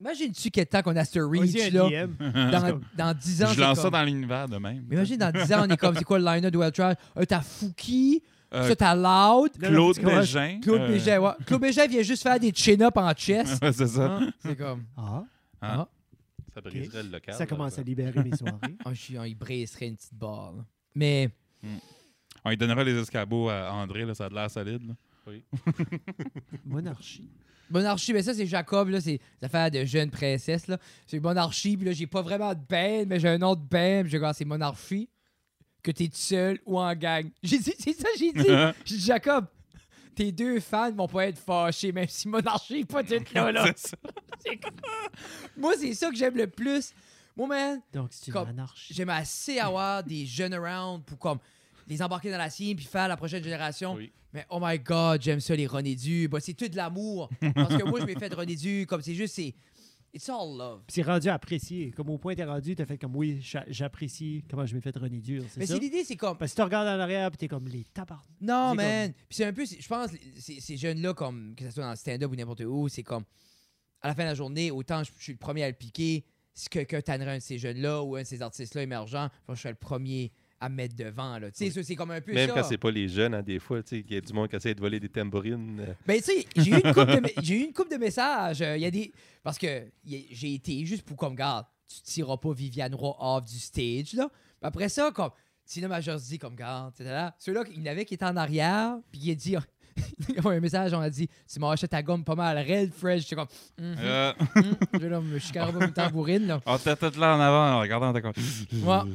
Imagine-tu quel temps qu'on a ce reach
Vas-y,
là,
un DM.
dans, dans 10 ans.
Hein? Je
c'est
lance ça
comme-
dans l'univers de même.
Mais imagine dans 10 ans, on est comme, c'est quoi le line-up de Wild Trash? Euh, t'as Fouki,
Euh,
ça t'as Loud.
Claude
Tu comprends?
Bégin.
Claude
euh,
Bégin, ouais. Claude Bégin vient juste faire des chin-up en chest.
*laughs* ouais, c'est ça.
Hein? C'est comme,
Hein?
Ah,
ah,
Ça briserait le local.
ça
là,
commence
ça.
à libérer
*laughs*
mes soirées.
ah, je- ah, il briserait une petite balle. Mais
On lui donnera les escabeaux à André, là, ça a de l'air solide. là.
Monarchie.
Monarchie, mais ça, c'est Jacob, là, c'est des affaires de jeune princesse, là. C'est Monarchie, puis là, j'ai pas vraiment de peine, mais j'ai un autre peine, puis j'ai comme, c'est Monarchie, que t'es tout seul ou en gang. *laughs* J'ai dit, c'est ça, j'ai dit. J'ai dit, Jacob, tes deux fans vont pas être fâchés, même si Monarchie est pas toute là,
*laughs*
là.
C'est ça.
C'est comme- Moi, c'est ça que j'aime le plus. Moi, man,
Donc, c'est une
Comme-
anarchie.
j'aime assez avoir *laughs* des jeunes around pour, comme, les embarquer dans la scene, puis faire la prochaine génération.
Oui.
Mais oh my god, j'aime ça, les René Du. Bah, c'est tout de l'amour. Parce que moi, je m'ai fait de René Du. Comme c'est juste, c'est. It's all love.
Puis c'est rendu apprécié. Comme au point, t'es rendu, t'as fait comme oui, j'a- j'apprécie comment je m'ai fait René Dur. C'est
Mais
ça?
c'est l'idée, c'est comme.
Parce que tu regardes en arrière, puis t'es comme les tabarnes.
Non,
c'est
man. Puis c'est un peu, c'est- je pense, ces ces jeunes-là, comme, que ce soit dans le stand-up ou n'importe où, c'est comme. À la fin de la journée, autant je, je suis le premier à le piquer, si quelqu'un tannerait un de ces jeunes-là ou un de ces artistes-là émergents, je serais le premier à me mettre devant. Là. Tu sais, ça, c'est comme un peu
Même
ça.
quand c'est pas les jeunes, hein, des fois, tu sais, il y a du monde qui essaie de voler des *laughs* tambourines. euh,
Ben, tu sais, j'ai eu une coupe de, me- *laughs* j'ai eu une couple de messages. euh, Il y a des. Parce que y a- j'ai été juste pour comme, garde, tu tireras pas Viviane Roy off du stage, là. Puis après ça, comme, Tina Major dit, comme, garde, etc. Ceux-là, il y en avait qui étaient en arrière, puis il a dit. *laughs* il y a un message, on a dit, tu m'as acheté ta gomme pas mal, red fresh. J'étais comme, Mhm,
Euh,
mhm. je là, me chicanerai pas une tambourine, là.
on t'a tout là en avant, en regardant, t'as comme.
Moi,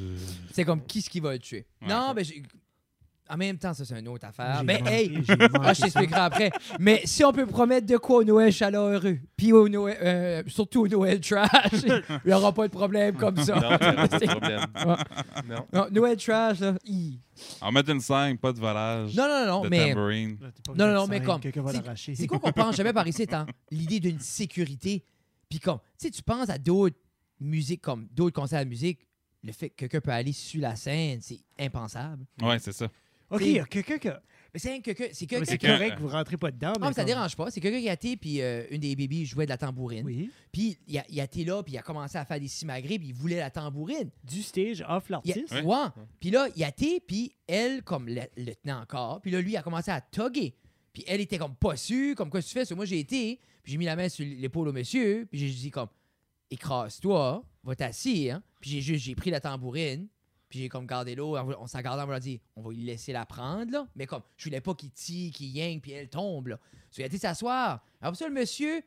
c'est comme, qui ce qui va le tuer?
Ouais.
Non, mais j'ai- en même temps, ça, c'est une autre affaire.
J'ai
Mais
manqué,
Ah, hey,
j'ai manqué
ah, je
ça.
t'expliquerai après. Mais si on peut promettre de quoi au Noël chaleur heureux, puis au Noël, euh, surtout au Noël trash, *laughs* il n'y aura pas de problème comme
*laughs* Non,
ça.
c'est pas de
C'est-
problème. Non.
Non, Noël trash, là. hi.
On met une 5, pas de volage.
Non, non, non,
de
mais
tambourine.
Là, t'es pas
Non, non, non,
obligé de
mais
scène,
comme,
Quelqu'un va
c'est-
l'arracher.
c'est quoi qu'on pense jamais par ici, hein? L'idée d'une sécurité. Puis comme, tu sais, tu penses à d'autres musiques, comme d'autres concerts de musique, le fait que quelqu'un peut aller sur la scène, c'est impensable.
Ouais, c'est ça.
Ok, il y a quelqu'un qui. a-
Mais c'est un quelqu'un. C'est
Mais
quelqu'un.
C'est
quelqu'un-
correct, vous rentrez pas dedans.
Ah, mais ça
comme-
dérange pas. C'est quelqu'un qui a été, puis euh, une des bébés jouait de la tambourine.
Oui.
Puis il a, il a été là, puis il a commencé à faire des simagrées, puis il voulait la tambourine.
Du stage, off
Il a-
l'artiste.
ouais. Puis là, il a été, puis elle, comme le, le tenait encore, puis là, lui, il a commencé à toguer. Puis elle était comme pas sûre, comme quoi tu fais. So, moi, j'ai été, puis j'ai mis la main sur l'épaule au monsieur, puis j'ai dit comme, écrase-toi, va t'asseoir. hein. Puis j'ai juste, j'ai pris la tambourine, puis j'ai comme gardé l'eau, on on s'est regardé, on m'a dit, on va lui laisser la prendre, là. Mais comme, je voulais pas qu'il tire, qu'il yang, puis elle tombe, là. So, il a été s'asseoir. Après ça, le monsieur,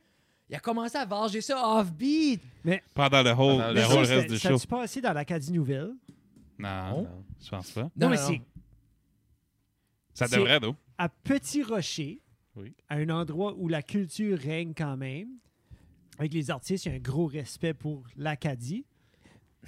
il a commencé à varger ça off-beat.
Pendant le whole,
Pendant
Ah, le
le
whole
show,
reste du show.
Ça passé dans l'Acadie Nouvelle.
Non, je pense pas.
Non, mais c'est
Ça
C'est-
devrait, d'où?
à Petit Rocher,
Oui.
à un endroit où la culture règne quand même. Avec les artistes, il y a un gros respect pour l'Acadie.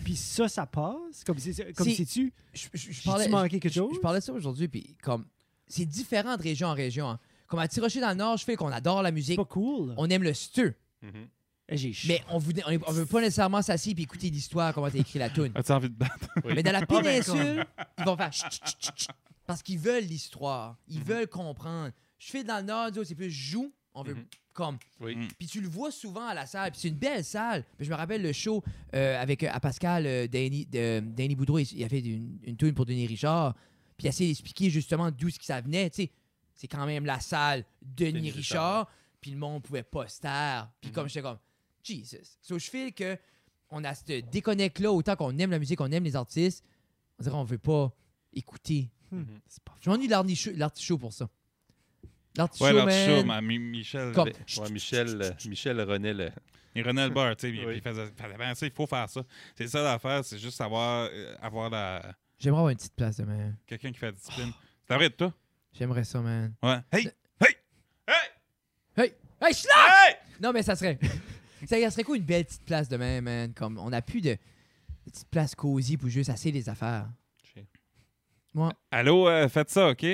Puis ça, ça passe. Comme si comme
C'est-
si tu
je, je- je
J'ai-tu
parlais,
manqué
je-
quelque
je-
chose?
Je, parlais de ça aujourd'hui, puis comme c'est différent de région en région. hein. Comme à Tirocher dans le Nord, je fais qu'on adore la
c'est
musique,
pas cool. Eh,
on aime le stu,
Mhm.
J'ai chaud.
mais on, vou- on est- on veut pas nécessairement s'asseoir puis écouter l'histoire comment t'as écrit la
*laughs*
tune.
As-tu envie de battre?
Mais dans la
ben,
péninsule, ils vont faire chut, chut, chut, chut, parce qu'ils veulent l'histoire,
Mhm.
ils veulent comprendre. Je fais dans le Nord, disons, c'est plus joue, on veut
Mhm.
comme
Oui.
Mm.
puis tu le vois souvent à la salle. Puis c'est une belle salle. Puis je me rappelle le show euh, avec euh, à Pascal, euh, Danny, de- Danny Boudreau, il, il a fait une, une tune pour Denis Richard. Puis il a essayé d'expliquer justement d'où ce que ça venait. Tu sais, c'est quand même la salle Denis,
Denis
Richard.
Richard. Mhm.
Puis le monde pouvait pas se taire. Puis comme j'étais comme, Jesus. So je feel que on a ce déconnecte-là, autant qu'on aime la musique, on aime les artistes. On dirait on veut pas écouter.
Mhm.
J'en ai l'artichaut l'artichaut pour ça. L'artichaut,
Ouais, l'autre
man.
show, ma- Mi- Michel.
Comme-
Ouais, Michel, euh, Michel René, le-
Et René Bar, tu sais, il-
Oui.
il faisait, faisait ben, tu sais, il faut faire ça. C'est ça l'affaire, c'est juste savoir euh, avoir la-
J'aimerais avoir une petite place demain.
quelqu'un qui fait la discipline. Ça devrait être toi.
J'aimerais ça, man.
Ouais. Hey!
Le-
Hey! Hey!
Hey, je suis là! Non, mais ça serait. *laughs* ça ça serait quoi une belle petite place demain, man? Comme on a plus de de petite place cosy pour juste assez les affaires.
Allô, euh, faites ça, OK?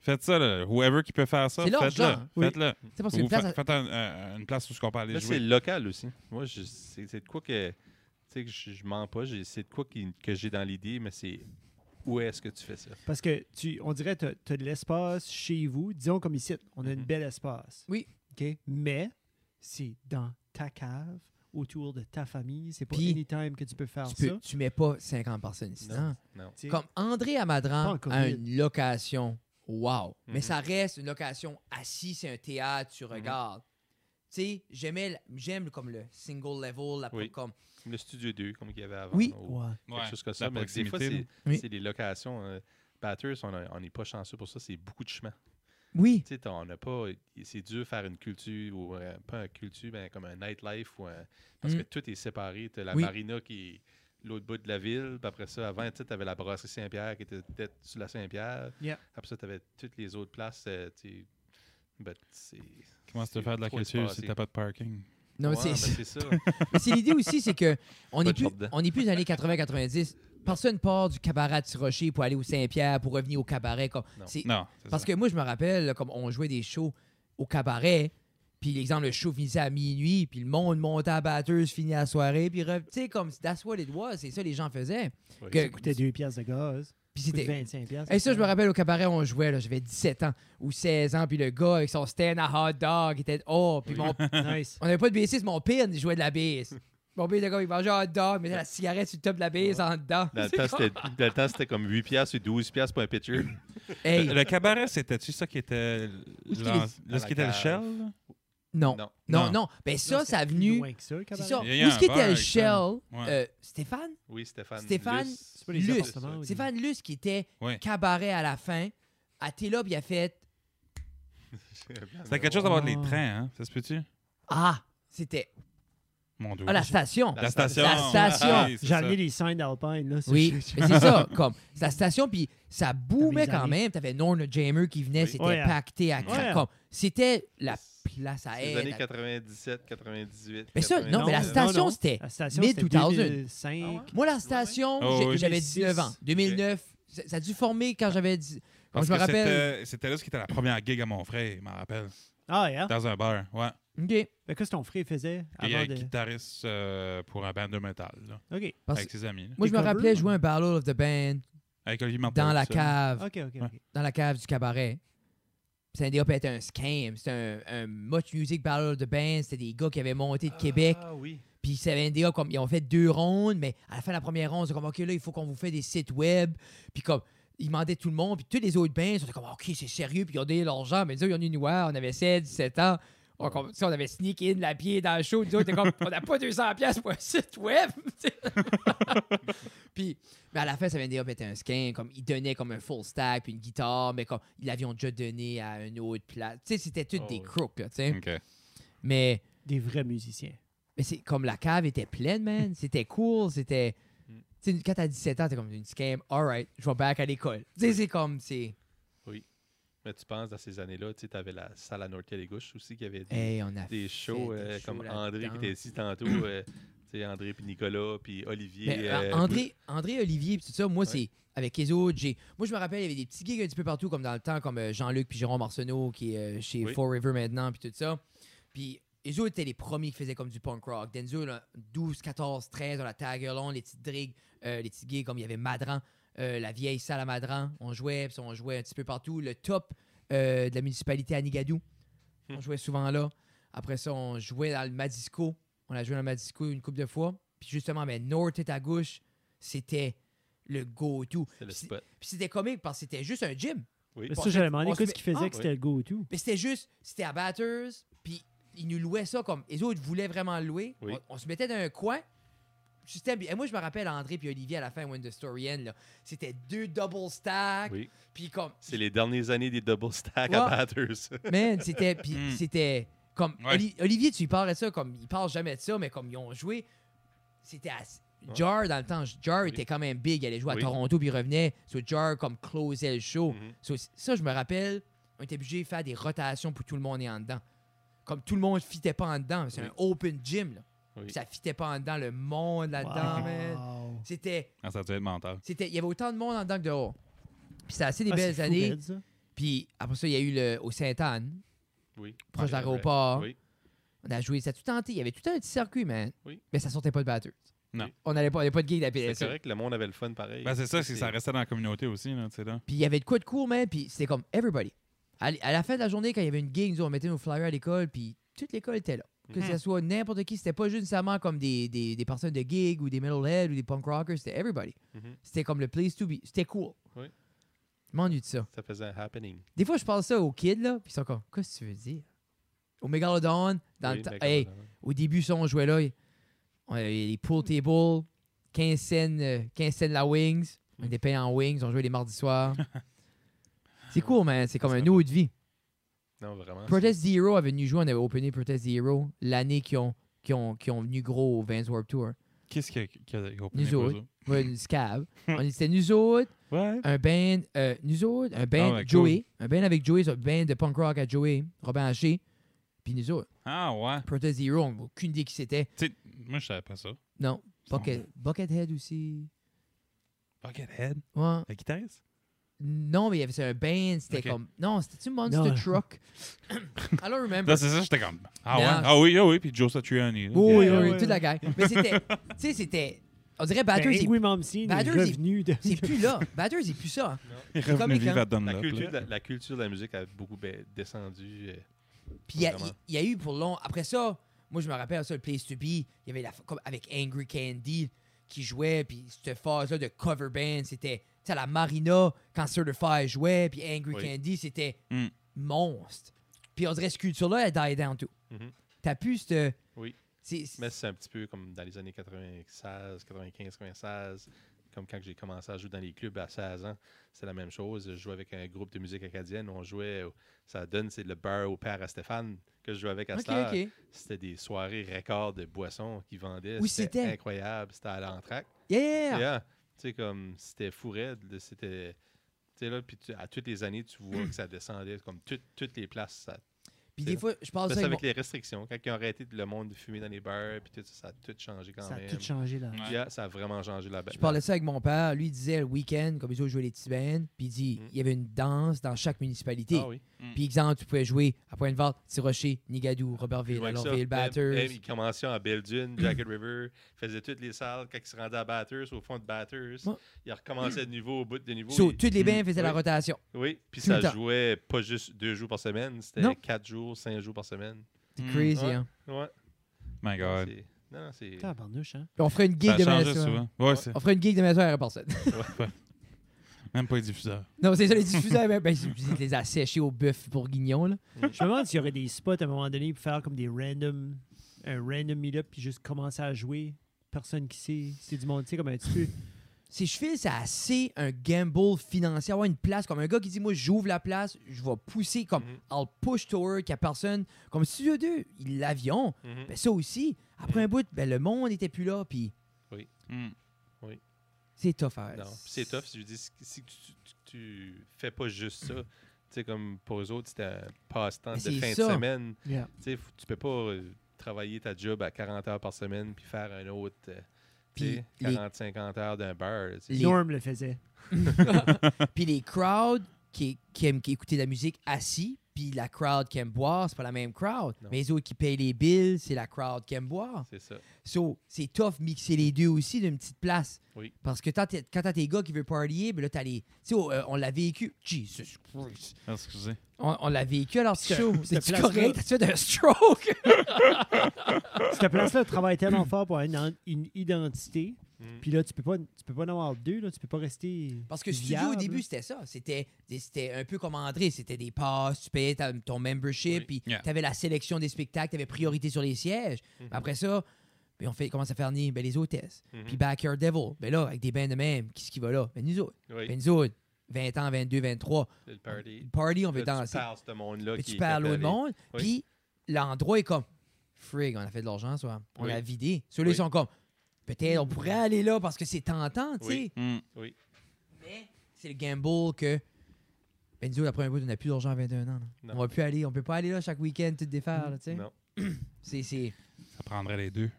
Faites ça, là. Whoever qui peut faire ça,
C'est leur
faites-le.
genre. Oui.
Faites-le.
C'est parce
Ou
qu'une place.
fa- faites un- euh, une place où ce qu'on peut aller
Là, c'est
jouer.
local aussi. Moi, je- c'est c'est de quoi que. Tu sais, que je, je mens pas. j'ai- C'est de quoi qui- que j'ai dans l'idée, mais c'est où est-ce que tu fais ça?
Parce que tu, on dirait que tu as de l'espace chez vous. Disons comme ici, on a une
Mhm.
belle espace.
Oui.
OK? Mais c'est dans ta cave autour de ta famille. C'est pas
Puis,
anytime que tu peux faire
Tu,
ça.
peux, tu mets pas 50 personnes ici. hein?
Non. Non.
Tu sais,
Comme André Amadran
Pas en
a
COVID.
une location. Wow. Mais
Mhm.
ça reste une location assis, c'est un théâtre, tu regardes. Tu sais, j'aimais le- j'aime comme le single level, la
Oui.
comme
Comme Le studio 2, comme qu'il y avait avant.
Oui.
au-
ouais.
quelque chose comme
la
ça. Mais des
proximité,
fois, c'est
là. Oui.
c'est les locations. euh, Bathurst, on n'est pas chanceux pour ça. C'est beaucoup de chemin.
Oui.
Tu sais, t'en- on n'a pas. C'est dur de faire une culture, ou euh, pas une culture, mais comme un nightlife. Ou un- parce
Mm.
que tout est séparé. Tu la
Oui.
marina qui est l'autre bout de la ville. Puis après ça, avant, tu avais la brasserie Saint-Pierre qui était peut-être sur la Saint-Pierre.
Yeah.
Après ça, tu avais toutes les autres places. euh, tu sais. Ben, c'est.
Comment tu
c'est
veux faire de la
trop
culture si
espacé.
t'as pas de parking?
Non,
Ouais,
c'est-
ben,
c'est
c'est ça.
*laughs* mais c'est l'idée aussi, c'est que on
Pas
n'est
de
plus,
porte dedans.
on n'est plus dans les années 80-90. Personne part du cabaret de Rocher pour aller au Saint-Pierre, pour revenir au cabaret. Comme,
Non.
c'est-
Non.
Parce que moi, je me rappelle, là, comme on jouait des shows au cabaret, puis l'exemple, le show finissait à minuit, puis le monde montait à la batteuse, finit à la soirée, puis re- tu sais, comme that's what it was, c'est ça les gens faisaient.
Oui,
Que-
c'est-
Coûtait 2 piastres de gaz.
puis
coûte
c'était.
25 piastres.
Et ça, je me rappelle au cabaret, on jouait, là, j'avais 17 ans ou 16 ans, puis le gars avec son stand à hot dog était. Oh, puis mon-
Nice.
on n'avait pas de bassiste, mon pin il jouait de la bass. Mon pin, le gars, il mangeait un hot dog, il mettait la cigarette sur le top de la bass en dedans.
Dans le
C'est
temps,
comme-
c'était- dans le temps, c'était comme 8 piastres et 12 piastres pour un pitcher.
Hey,
Le cabaret, c'était-tu ça qui était.
est-ce qu'il
l'en-
est-
Là, ce qui était
Dans la
le
cave.
shell?
non.
Non.
Non, non.
Non.
Ben ça,
Non,
ça a
c'était plus
venu.
loin que ça,
C'est
cabaret.
ça. Où
Il y a eu
est-ce
un
qui était
bar
le
avec ça.
shell?
Ouais.
Euh, Stéphane?
Oui, Stéphane.
Stéphane,
Luce.
C'est pas les
Luce.
appartements,
*laughs*
ou des-
Stéphane Luce qui était
Oui.
cabaret à la fin. À Télob, il a fait
C'était quelque chose d'avoir les
Oh.
trains, hein? Ça se peut-tu?
Ah, c'était
Mon dieu.
ah, la station.
La station. Ah,
La station.
Oui, c'est
J'ai
ça.
amené les signes d'Alpine. Là,
Oui, mais c'est ça, comme c'est la station puis ça boomait
T'avais les
quand
années.
même, t'avais Norn Jammer qui venait,
Oui.
c'était
Ouais.
pacté à crack,
Ouais.
comme c'était la
C'est-
place à
Les
elle.
années 97, 98.
Eh, Mais ça, non, mais la
99.
station, c'était
La station,
mid-
c'était
2000.
2005.
Ah ouais?
Moi la station,
Oh,
j'ai-
oui.
j'avais
2006.
19 ans, 2009, ça- ça a dû former quand j'avais 10
Parce
je me
que
rappelle-
c'était- C'était là ce qui était la première gig à mon frère, je m'en rappelle.
Ah, yeah.
Dans un bar, ouais.
OK,
Mais qu'est-ce que ton frère faisait
Il y a
avant
un
de.
guitariste euh, pour un band de métal, là,
Ok,
parce
avec ses amis. là.
moi je
Des
me
covers,
rappelais
ou-
jouer un Battle of the Band
Avec Olivier Martin.
dans la cave,
ok, ok. ok.
dans la cave du cabaret. Syndiop était un scam, c'était un, un Much Music Battle of the Band, c'était des gars qui avaient monté de Québec
Ah oui.
Puis Savendia, comme ils ont fait deux rondes, mais à la fin de la première ronde, c'est comme OK, là, il faut qu'on vous fait des sites web. Puis comme ils demandaient tout le monde, puis tous les autres bands, ils sont comme OK, c'est sérieux, puis ils ont donné l'argent, mais nous autres, ils ont eu une on avait 16, 17 ans. On, comme, tu sais, on avait sneak in la pied dans le show, nous autres, t'es comme, on n'a pas 200$ piastres pour un site web. tu sais. *laughs* puis, mais à la fin, Savendia était un skin, comme il donnait comme un full stack, puis une guitare, mais comme ils l'avions déjà donné à une autre place. Tu sais, c'était toutes
Oh,
des
oui.
crooks, là, tu sais.
OK.
Mais
Des vrais musiciens.
mais c'est comme la cave était pleine, *laughs* man. C'était cool, c'était.
Mm.
Tu sais, quand t'as 17 ans, t'es comme une scam. Alright, je vais back à l'école. Tu sais, c'est comme, c'est.
Mais tu penses, dans ces années-là, tu avais la salle à Norte les Gauches aussi qui avait des,
Hey, on a.
des shows,
Eh, des
euh,
shows
comme
là-dedans.
André qui était ici tantôt. euh, tu sais, André, puis Nicolas, puis Olivier.
Mais, ah,
euh,
André, André, Olivier, pis tout ça, moi,
Ouais.
c'est. Avec les autres, j'ai. Moi, je me rappelle, il y avait des petits gigs un petit peu partout, comme dans le temps, comme euh, Jean-Luc puis Jérôme Arsenault, qui est euh, chez
Oui.
Four River maintenant, puis tout ça. Puis. Les autres étaient les premiers qui faisaient comme du punk rock. Denzo, là, 12, 14, 13, on la Tagalong, les petites drigues, euh, les petits gigs, comme il y avait Madran, euh, la vieille salle à Madran. On jouait, puis on jouait un petit peu partout. Le top euh, de la municipalité à Nigadou.
Hum.
On jouait souvent là. Après ça, on jouait dans le Madisco. On a joué dans le Madisco une couple de fois. Puis justement, mais North est à gauche. C'était le go-to.
C'est le
Puis
spot.
puis c'était comique parce que c'était juste un gym.
Oui.
Mais
Bon,
ça, j'avais
on
demandé
se
qu'est-ce qu'il
met-
faisait
Ah,
que c'était le go-to.
Mais c'était juste, c'était à Batters. Puis ils nous louaient ça comme. Les autres voulaient vraiment le louer.
Oui.
On, on se mettait dans un coin. C'était- Et moi, je me rappelle André puis Olivier à la fin When the Story End. là. C'était deux double stacks.
Oui.
Puis comme.
C'est les dernières années des double stack
Ouais.
à Batters.
Man, c'était. Puis
Hmm.
Mm.
c'était. Comme.
Ouais.
Oli- Olivier, tu lui parles de ça, comme. Il parle jamais de ça, mais comme ils ont joué. C'était assez-
Ouais.
Jar, dans le temps, Jar
Oui.
était quand même big. Il allait jouer à
Oui.
Toronto, puis il revenait. So, Jar, comme, closait le show.
*laughs* Mhm.
So, c- ça, je me rappelle, on était obligé de faire des rotations pour tout le monde est en dedans. Comme tout le monde fitait pas en dedans. C'est
Oui.
un open gym, là.
Oui.
Ça fitait pas en dedans, le monde là-dedans, man.
Wow.
C'était.
Ah, ça devait être mental.
c'était- Il y avait autant de monde en dedans que dehors. Puis c'était assez des
Ah, c'est
belles
fou,
années.
raide, ça.
Puis après ça, il y a eu le, au Sainte-Anne,
Oui.
proche de
Ouais,
l'aéroport.
Oui.
On a joué, ça a tout tenté. Il y avait tout un petit circuit, man.
Oui.
Mais ça sortait pas de batteuse.
Non.
On n'allait pas, on n'avait pas de gig de la
C'est
péninsule.
correct, le monde avait le fun pareil.
Ben, c'est ça, c'est ça restait dans la communauté aussi, là, tu sais, là.
Puis il y avait de quoi de court, man. Puis c'était comme everybody. À, l- à la fin de la journée, quand il y avait une gig, nous, on mettait nos flyers à l'école, puis toute l'école était là. que
Mhm.
ce soit n'importe qui. C'était pas juste nécessairement comme des, des, des personnes de gig ou des metalheads ou des punk rockers. C'était everybody.
Mhm.
C'était comme le place to be. C'était cool.
Oui.
Je m'ennuie de ça.
Ça faisait un happening.
Des fois, je parle ça aux kids, là, puis ils sont comme, qu'est-ce que tu veux dire? Au Megalodon, dans
Oui,
le temps.
d'accord,
Hey,
d'accord.
au début, ça, on jouait là. y- On avait les pool tables, 15 cents, euh, 15 cents la wings. On était payés en wings, on jouait les mardis
*laughs*
soirs. c'est cool, man. C'est comme
Ça
un
va.
autre vie.
Non, vraiment.
Protest Zero avait venu jouer, on avait opené Protest Zero l'année qu'ils ont, qu'ils ont, qu'ils ont venu gros au Vans Warp Tour.
Qu'est-ce qu'il y a- qu'il y a qu'il y a au
Nous
premier
autres.
projet?
Ouais, une
*laughs*
scab. on était nous autres,
Ouais.
un band, euh, nous autres, un band
Ah ouais,
Joey, un band avec Joey, un band de punk rock à Joey, Robin Haché, puis nous autres.
Ah ouais.
Protest Zero, on n'a aucune idée qui c'était.
Tu sais, moi, je savais pas ça.
Non, Bucket, Buckethead aussi.
Buckethead,
Ouais.
la guitariste?
Non, mais il y avait c'est un band, c'était
Ok.
comme. Non, c'était-tu Monster
Non.
*coughs*
Truck? I don't remember.
Là, c'est ça, j'étais comme. Ah
Non.
ouais? Ah oui, ah oui, puis Joe Satriani. là.
Oui, oui,
Yeah,
oui,
ouais.
toute la gang. Mais
*laughs*
c'était. tu sais, c'était. On dirait Batters,
Ben,
c'est-
Ingrid Malmsteen est
Batters, il-
revenu de...
c'est plus là. Batters, c'est plus ça. hein.
Il est
C'est comme
revenu
les
vivre
gens.
à Dunlop.
La culture,
là.
de la, la culture de la musique a beaucoup ben, descendu. euh,
Puis il y a-
Vraiment.
il y, a eu pour long. Après ça, moi, je me rappelle ça, le Place to Be, il y avait la, comme avec Angry Candy qui jouait, puis cette phase-là de cover band, c'était. Tu sais, à la Marina, quand Certified jouait, puis Angry
Oui. Hmm.
Candy, c'était
Mm.
monstre. Puis on dirait, cette culture-là, elle die down too.
Mhm.
T'as plus cette.
Oui.
C'est.
Mais c'est un petit peu comme dans les années 96, 95, 96. Comme quand j'ai commencé à jouer dans les clubs à 16 ans, c'est la même chose. Je jouais avec un groupe de musique acadienne. On jouait, au- ça donne, c'est le bar au père à Stéphane que je jouais avec à
Ok,
cette heure.
ok.
C'était des soirées records de boissons qui vendaient.
Oui, c'était.
c'était incroyable. C'était à l'entraque.
Yeah, yeah, yeah.
Yeah. Tu sais, comme c'était fou raide. là, C'était. Tu sais, là, puis tu- à toutes les années, tu vois que ça descendait. Comme tout- toutes les places, ça
Puis des fois, je parle
mais
ça
c'est
avec
avec les restrictions. Quand ils ont arrêté le monde de fumer dans les bars, puis tout ça, ça a tout changé quand
Ça a
même.
tout changé, là.
Ouais.
Yeah, ça a vraiment changé la
Je parlais ça avec mon père. Lui, il disait le week-end, comme ils ont joué les petits bands, puis il dit
Mm.
il y avait une danse dans chaque municipalité.
Ah oui.
Puis, exemple, tu pouvais jouer à Pointe-Verte, Tirocher, Nigadou, Robertville,
Avec ça, Ben,
Alortville,
même- même,
Batters.
Ils commençaient en Belle Dune, Jacket River, ils faisaient toutes les salles. Quand ils se rendaient à Batters, au fond de Batters,
Ouais.
ils recommençaient de niveau au bout de niveau.
So,
Et-
toutes les bands
Mm.
faisaient la
Oui.
rotation.
Oui, puis
tout le
ça
temps.
jouait pas juste deux jours par semaine,
Non.
c'était quatre jours, cinq jours par semaine.
C'est
Mm.
crazy,
Ouais.
hein.
Ouais.
My God.
c'est- Non, non, c'est.
Tabarnouche, hein?
Puis on ferait une
Ça
gig
a
de
changé
Minnesota.
souvent. Ouais, c'est
On ferait une gig de Minnesota à personne.
même pas les diffuseurs.
*laughs* non, c'est ça, les diffuseurs, ben, ben, ils les a séchés au bœuf pour Guignon, là.
Je me demande s'il y aurait des spots à un moment donné pour faire comme des random, un random meet-up puis juste commencer à jouer. Personne qui sait. C'est du monde, tu sais, comme un petit peu.
Si je file, c'est assez un gamble financier, avoir une place, comme un gars qui dit Moi, j'ouvre la place, je vais pousser, comme
Mhm.
I'll push toward, qu'il n'y a personne. Comme Studio 2, il- l'avion,
Mhm.
ben, ça aussi, après un
Mm.
bout, ben, le monde n'était plus là, puis
Mm.
c'est tough hein. à
Non, puis c'est tough. Je veux dire, si, si tu, tu- tu fais pas juste ça, tu sais, comme pour eux autres, c'était un passe-temps
Mais
de
c'est
fin
ça.
de semaine.
Yeah.
Tu sais, faut- tu peux pas euh, travailler ta job à 40 heures par semaine puis faire un autre euh, tu sais,
Puis les-
40-50 heures d'un beurre. tu sais.
Les-
Norm le faisait.
*laughs* Puis les crowds qui, qui aiment qui écouter de la musique assis, puis la crowd qui aime boire, c'est pas la même crowd.
Non.
Mais les autres qui payent les bills, c'est la crowd qui aime boire.
C'est ça.
So, c'est tough mixer les deux aussi d'une petite place.
Oui.
Parce que t'as- t'es- quand t'as tes gars qui veulent partyer, ben là, t'as les. Tu sais, on, euh, on l'a vécu. Jesus Christ.
Ah, Excusez.
On, on l'a vécu
*laughs*
alors c'est
Show, cette
C'est
place-là.
correct, t'as fait un stroke.
Cette place-là travaille tellement fort pour une, en- une identité.
Hmm.
Mm.
Puis là, tu peux pas, tu peux pas en avoir deux. Là. Tu peux pas rester.
Parce que studio,
viable.
au début, c'était ça. C'était des- c'était un peu comme André. C'était des passes, tu payais ta- ton membership,
Oui.
puis
Yeah.
tu avais la sélection des spectacles, tu avais priorité sur les sièges.
Mhm.
Après ça, ben, on fait, commence à faire venir ben, les hôtesses.
Mhm.
Puis Backyard Devil, ben là, avec des bains de même, qu'est-ce qui va là? Ben nous autres.
Oui,
Ben nous autres, 20 ans, 22, 23.
c'est le party.
Party, on
Là,
veut
tu
danser.
parles ce monde-là.
Puis
qui
tu
est
parles au
capable
monde,
Oui.
puis l'endroit est comme frig, on a fait de l'argent, soit on
Oui.
l'a vidé. Ceux-là,
Oui.
ils sont comme peut-être on pourrait aller là parce que c'est tentant, tu sais.
Oui.
Mm.
Mais c'est le gamble que. Ben, dis la première fois, on n'a plus d'argent à 21 ans. là.
Non.
On va plus aller, on peut pas aller là chaque week-end, tout défaire, là, tu sais.
Non.
C'est, c'est...
Ça prendrait les deux.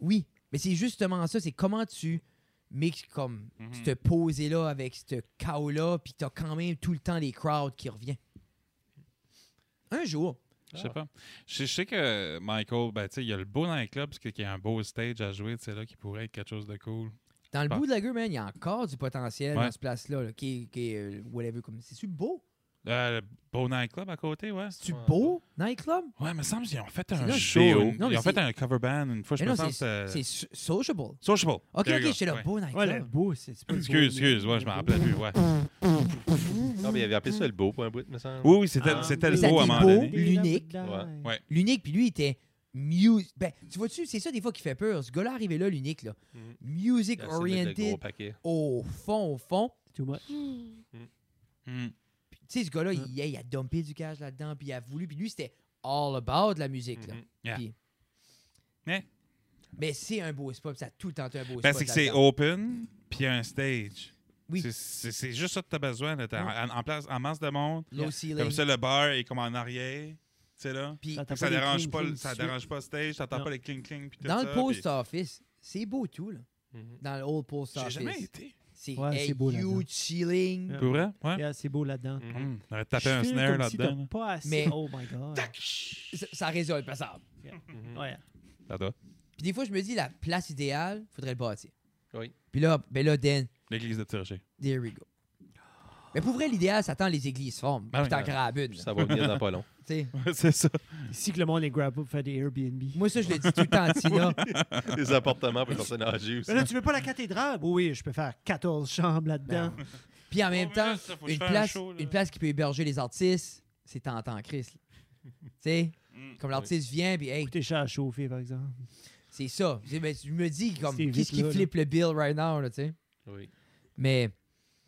Oui, mais c'est justement ça, c'est comment tu mixes comme
Mhm.
cette posée-là avec ce chaos-là, puis t'as quand même tout le temps les crowds qui reviennent. Un jour.
Je sais pas. Je je sais que Michael, ben, tu sais, il y a le beau dans les clubs, parce que- qu'il y a un beau stage à jouer, tu sais, là, qui pourrait être quelque chose de cool.
Dans le
Pas-
bout de la gueule, man, il y a encore du potentiel
Bah. Ouais.
dans ce place-là, là, qui est, qui est, euh, whatever, comme c'est super beau.
Euh, le beau nightclub à côté, ouais.
C'est-tu beau, nightclub?
Ouais, me semble qu'ils ont fait
C'est
un
là,
show.
c'est-
une-
non, mais
ils ont fait
c'est-
un cover band une fois, je
Mais non,
me sens.
c'est c'est so- sociable.
Sociable.
Ok,
There
ok,
you go.
c'est le
Ouais.
beau
Ouais, le
nightclub.
beau, c'est c'est pas le beau,
Excuse, excuse, ouais, je m'en rappelais plus, ouais.
Non, mais il avait appelé ça le beau pour un bout, me semble.
Oui, oui, c'était
Ah.
c'était
Mais
le
ça
beau à un
dit
moment
beau.
donné.
l'unique.
Ouais.
Ouais.
L'unique, puis lui, il était. Music. Ben, tu vois-tu, c'est ça des fois qui fait peur. Ce gars-là arrivé là, l'unique, là.
Mm-hmm.
Mhm.
Music
Il a essayé de mettre le
oriented
gros paquet.
au fond, au fond.
Too much.
Mm.
Puis, Tu sais, ce gars-là, il, il a dumpé du cash là-dedans, puis il a voulu. Puis lui, c'était all about la musique, là.
Mhm.
Yeah.
Puis-
Mais-
Mais c'est un beau spot, puis ça a tout le temps été un beau
Ben,
spot.
c'est que c'est
là-dedans.
open, puis il y a un stage.
Oui.
C'est- C'est c'est juste ça que t'as besoin. là. T'as en, en place, en masse de monde.
Low ceiling.
Comme ça, le bar est comme en arrière. Tu sais, là.
Puis,
T'entends
Ça
les
dérange
clings,
pas, le-
clings
ça
tout de suite.
dérange pas le stage, t'entends
Non.
pas les cling-cling. puis tout
dans
ça,
le
puis- Mm-hmm.
post office, c'est beau tout, là.
Mhm.
Dans le old post
J'ai
office.
jamais été.
C'est
Ouais,
hey,
c'est beau là-dedans.
huge ceiling.
Yeah.
Pour vrai? Ouais.
Yeah, c'est beau là-dedans.
Mhm.
Mm. On aurait
Je
tapé un
file
snare
comme si t'as
là-dedans.
Pas assez.
Mais-
Oh my god.
Ça, ça résonne, pas ça.
Mhm.
Ouais.
Ça doit.
Puis des fois, je me dis, la place idéale, faudrait le bâtir.
Oui.
Puis là, ben là, Dan,
L'église
*laughs*
de Tirgé.
there we go. Mais pour vrai, l'idéal, ça attend les églises forment.
Ben
puis
oui,
t'en
ben oui.
grabes une.
Puis
là.
Ça va venir
*laughs*
dans pas long.
Tu sais,
c'est ça.
Ici que le monde les grab up, fait des Airbnb.
Moi, ça, je le dis tout le temps à
*laughs*
Tina.
Les appartements pour les personnes âgées aussi.
Mais là, tu veux pas la cathédrale? Oui, oui, je peux faire 14 chambres
Ben
là-dedans.
Puis en même
Oh, mais
temps,
là, ça, faut que je
une
fasse un
place,
show, là.
une place qui peut héberger les artistes, c'est tentant, Chris. là.
*laughs*
tu sais,
Mm.
comme l'artiste vient, puis hey,
Coûter cher à chauffer, par exemple.
c'est ça. Tu sais, ben, tu me dis, comme,
C'est vite,
qu'est-ce qui
là, là.
flippe le bill right now, là, tu sais.
Oui.
Mais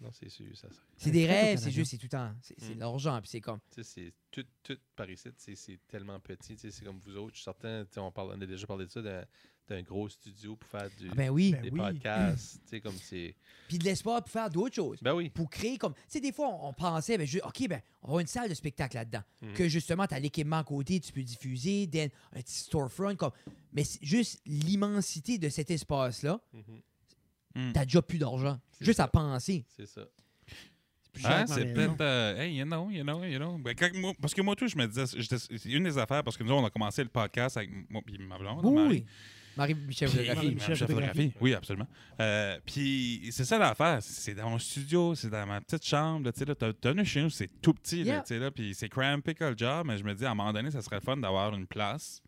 Non, c'est sûr, ça. ça-
c'est des
très beau
rêves, c'est
Canada.
juste, c'est tout le temps. C'est c'est
Mm.
l'argent, puis c'est comme.
Tu sais, c'est tout, tout par ici, tu sais, c'est tellement petit. tu sais, C'est comme vous autres, je suis certain, tu sais, on, parle, on a déjà parlé de ça, d'un, d'un gros studio pour faire du,
Ah ben oui.
Ben
des
oui.
podcasts. tu sais, comme c'est...
Puis de l'espoir pour faire d'autres choses.
Ben oui.
Pour créer comme. Tu sais, des fois, on, on pensait, ben, je- OK, ben, on va avoir une salle de spectacle là-dedans.
Mhm.
Que justement, tu as l'équipement à côté, tu peux diffuser, then, un petit storefront. Comme... Mais c'est juste l'immensité de cet espace-là,
Mhm.
Mm.
t'as déjà plus d'argent.
C'est
Juste
ça.
à penser.
C'est ça.
C'est
Hein?
plus cher
Ah,
que ma
c'est
maison.
peut-être. euh, hey, you know, you know, you know. Ben, quand moi- parce que moi, tout, je me disais. j'étais- C'est une des affaires, parce que nous, on a commencé le podcast avec moi et ma
Oh,
blonde.
Oui,
Marie.
oui. Marie-Michel
Puis-
Photographie.
Marie-Michel
Marie-Michel
Photographie.
Photographie. Oui, absolument. Euh, puis c'est ça l'affaire. C'est dans mon studio, c'est dans ma petite chambre. là, Tu sais, là, t'as t'as une chez nous, c'est tout petit.
Yeah.
Là, tu sais, là, puis c'est crampé que le job, mais je me dis, à un moment donné, ça serait le fun d'avoir une place.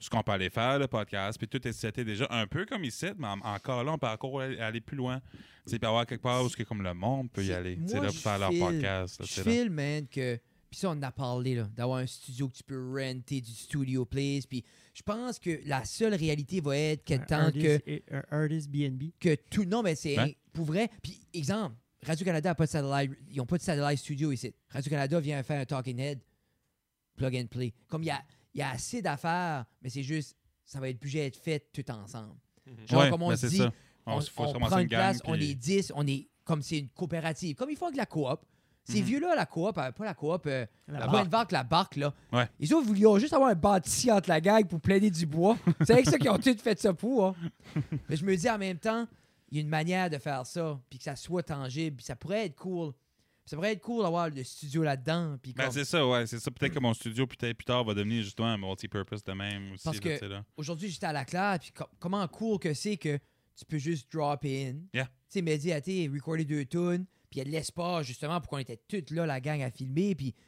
Ce qu'on peut aller faire, le podcast, puis tout est c'était déjà un peu comme ici, mais en- encore là, on peut encore aller, aller plus loin. Tu sais, puis avoir quelque part où ce que comme le monde peut y
C'est-
aller, tu sais,
moi,
là, pour
je
faire leur
file-
podcast. là, tu
Je
sais, là.
file, man, que. Puis ça, on en a parlé, là, d'avoir un studio que tu peux renter, du studio place. Puis je pense que la seule réalité va être que
Un
tant
artist-
que.
et- Un artist BNB.
que tout. Non, mais c'est
Ben.
pour vrai. Puis, exemple, Radio-Canada n'a pas de satellite. Ils n'ont pas de satellite studio ici. Radio-Canada vient faire un talking head, plug and play. Comme il y a, il y a assez d'affaires, mais c'est juste, ça va être budget être fait tout ensemble. Genre,
Ouais,
comme on
ben,
se
c'est
dit,
ça.
on,
se- faut
on
se ramasser
prend une
gang,
place, on
puis-
est 10, on est comme c'est une coopérative. Comme ils font avec la coop. Ces
Mhm.
vieux-là, la coop, euh, pas la coop, euh,
La
la
barre.
barque, la barque, là.
Ouais.
Ils ont voulu ils ont juste avoir un bâti entre la gang pour planer du
*laughs*
bois. C'est avec ça qu'ils ont tous fait ça pour. hein. Mais je me dis en même temps, il y a une manière de faire ça, puis que ça soit tangible, puis ça pourrait être cool. Ça pourrait être cool d'avoir le studio là-dedans. puis
Ben,
comme-
c'est ça, ouais, c'est ça. Peut-être que mon studio, peut-être plus tard, va devenir justement un multi-purpose de même aussi.
Parce
là,
que-
tu sais, là.
Aujourd'hui, j'étais à la claire, puis com- comment cool que c'est que tu peux juste drop in.
Yeah.
Tu sais, Mehdi a été recorder deux tunes, puis il y a de l'espace justement pour qu'on était toutes là, la gang, à filmer, puis tu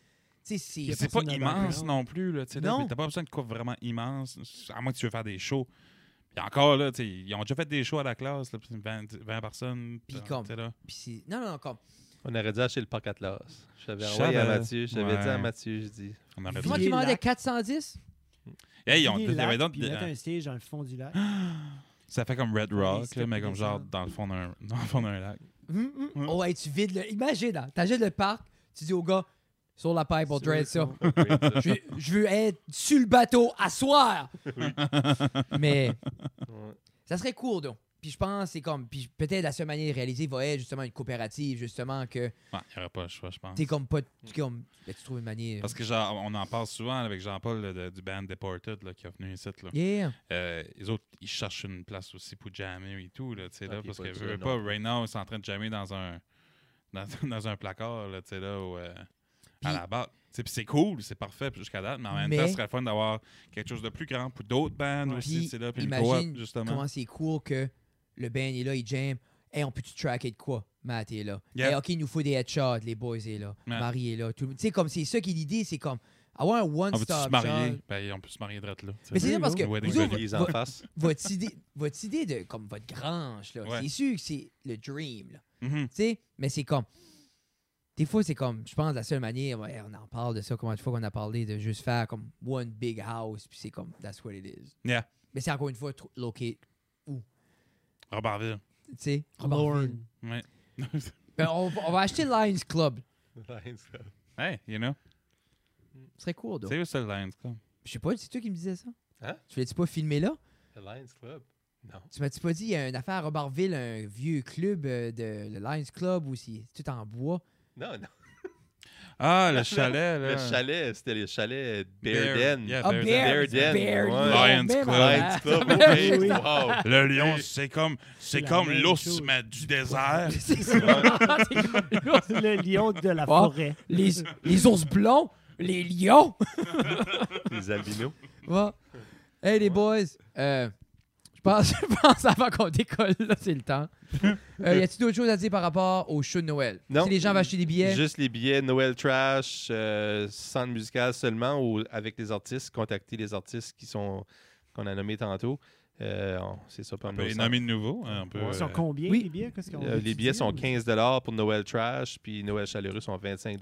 sais,
Puis
c'est.
c'est pas
personne dans le
immense
background.
non plus. Là, tu sais, là,
Non.
puis T'as pas besoin de quoi vraiment immense, à moins que tu veux faire des shows. Puis encore, là, tu sais, ils ont déjà fait des shows à la classe, là, puis 20, 20 personnes.
Puis
tu sais,
comme-
là.
puis c'est- Non, non, non, comme.
On aurait dû acheter le parc Atlas. Je t'avais
Je
envoyé à
savais.
Mathieu. Je t'avais
Ouais.
dit à Mathieu, je dis.
On aurait
Comment
dû-
tu
Vier
demandais
lac.
410?
Hey, ils ont-
Fini le
il y avait
lac,
donc- euh,
puis mettre un stage dans le fond du lac.
Ah,
Ça fait comme Red
Des
Rock, là,
steps
mais
de
comme genre
descente.
dans le fond d'un *laughs* dans le fond d'un lac.
Hum, hum.
Ouais.
Oh, ouais, tu vides le. Imagine, hein, t'achètes le parc, tu dis au gars, sur la pipe, on
Sur le
trade ça.
fond.
*laughs* Je, je veux être sur le bateau à soir. *laughs* Mais
Ouais.
ça serait cool, donc. Puis je pense, que c'est comme. Puis peut-être la seule manière de réaliser va être justement une coopérative, justement, que
Ouais, il n'y aurait pas le choix, je pense.
t'es comme pas. Tu, comme, ben, tu trouves une manière.
Parce que genre, on en parle souvent avec Jean-Paul là, de- du band Deported là, qui est venu ici. Là.
Yeah.
Euh, les autres, ils cherchent une place aussi pour jammer et tout, là, tu sais,
Ah,
là,
puis
parce
pas
que,
tout
veux, veux
le
pas,
nom.
right now, ils sont en train de jammer dans un, *laughs* dans, dans un placard, là, tu sais, là, où, euh, à
Puis-
la barre. Tu sais, puis c'est cool, c'est parfait jusqu'à date, mais en même
Mais-
temps, ce serait le fun d'avoir quelque chose de plus grand pour d'autres bandes
Ouais.
aussi,
Puis
tu sais, là, puis une
imagine
co-op, justement.
Comment c'est cool que le band est là, il jam. Hey, on peut-tu tracker de quoi? Matt est là.
Yeah.
Hey, OK, il nous faut des headshots. Les boys est là.
Ouais.
Marie est là. Tout le... Tu sais, comme c'est ça qui est l'idée, c'est comme avoir un
On peut se
one-stop shop.
marier. Ben, on peut se marier direct là.
Mais c'est
Oui,
ça parce
oui.
que
hein, Le wedding
vous autres,
venise
les
vo-
en face. *laughs*
votre *laughs* idée, votre idée de comme votre grange, là,
Ouais.
c'est sûr que c'est le dream. Là.
Mhm.
Tu sais, mais c'est comme. Des fois, c'est comme, je pense, la seule manière, ouais, on en parle de ça, comment de fois qu'on a parlé de juste faire comme one big house, puis c'est comme, that's what it is.
Yeah.
Mais c'est encore une fois, trop locate,
Robertville.
tu sais.
Lorne.
Ouais.
Ben, on, on va acheter Lions Club.
hey, you know.
Ce serait cool, donc.
C'est où ça, le Lions Club?
Je sais pas, c'est toi qui me disais ça?
Hein?
Tu l'as-tu pas filmé là?
Le Lions Club? Non.
Tu m'as-tu pas dit, il y a une affaire à Robertville, un vieux club euh, de le Lions Club où c'est tout en bois.
Non, non.
Ah, le
Le-
chalet, là.
Le chalet, c'était le chalet
Bear-
Bear Den.
Yeah,
Ah,
Bear Den.
Bear,
ben, Den.
Bear,
Ouais.
Lions
Lions
même
Club.
affaire.
Lions Club, oui.
Oui.
Wow.
Le lion, c'est comme, c'est
la
comme
même
l'ours,
chose.
mais du désert.
C'est ça. C'est comme les ours.
*laughs* Le lion de la
Ah.
forêt.
*laughs* les, les ours blonds, les *laughs* lions.
Les albinos.
Bon. Hey, les boys. euh, je pense, *laughs* je pense avant qu'on décolle, là, c'est le temps. Euh, y a-t-il d'autres choses à dire par rapport au show de Noël?
Non.
Si les gens vont acheter des billets,
Juste les billets Noël Trash, euh, centre musical seulement ou avec les artistes, contacter les artistes qui sont qu'on a nommés tantôt. Euh, on- c'est ça,
On peut les nommer de nouveau. hein, on peut,
Ils sont
euh,
combien,
oui.
les billets? Qu'est-ce qu'on
Euh, les
a-tu
billets
dit,
sont
ou-
15 pour Noël Trash, puis Noël Chaleureux sont 25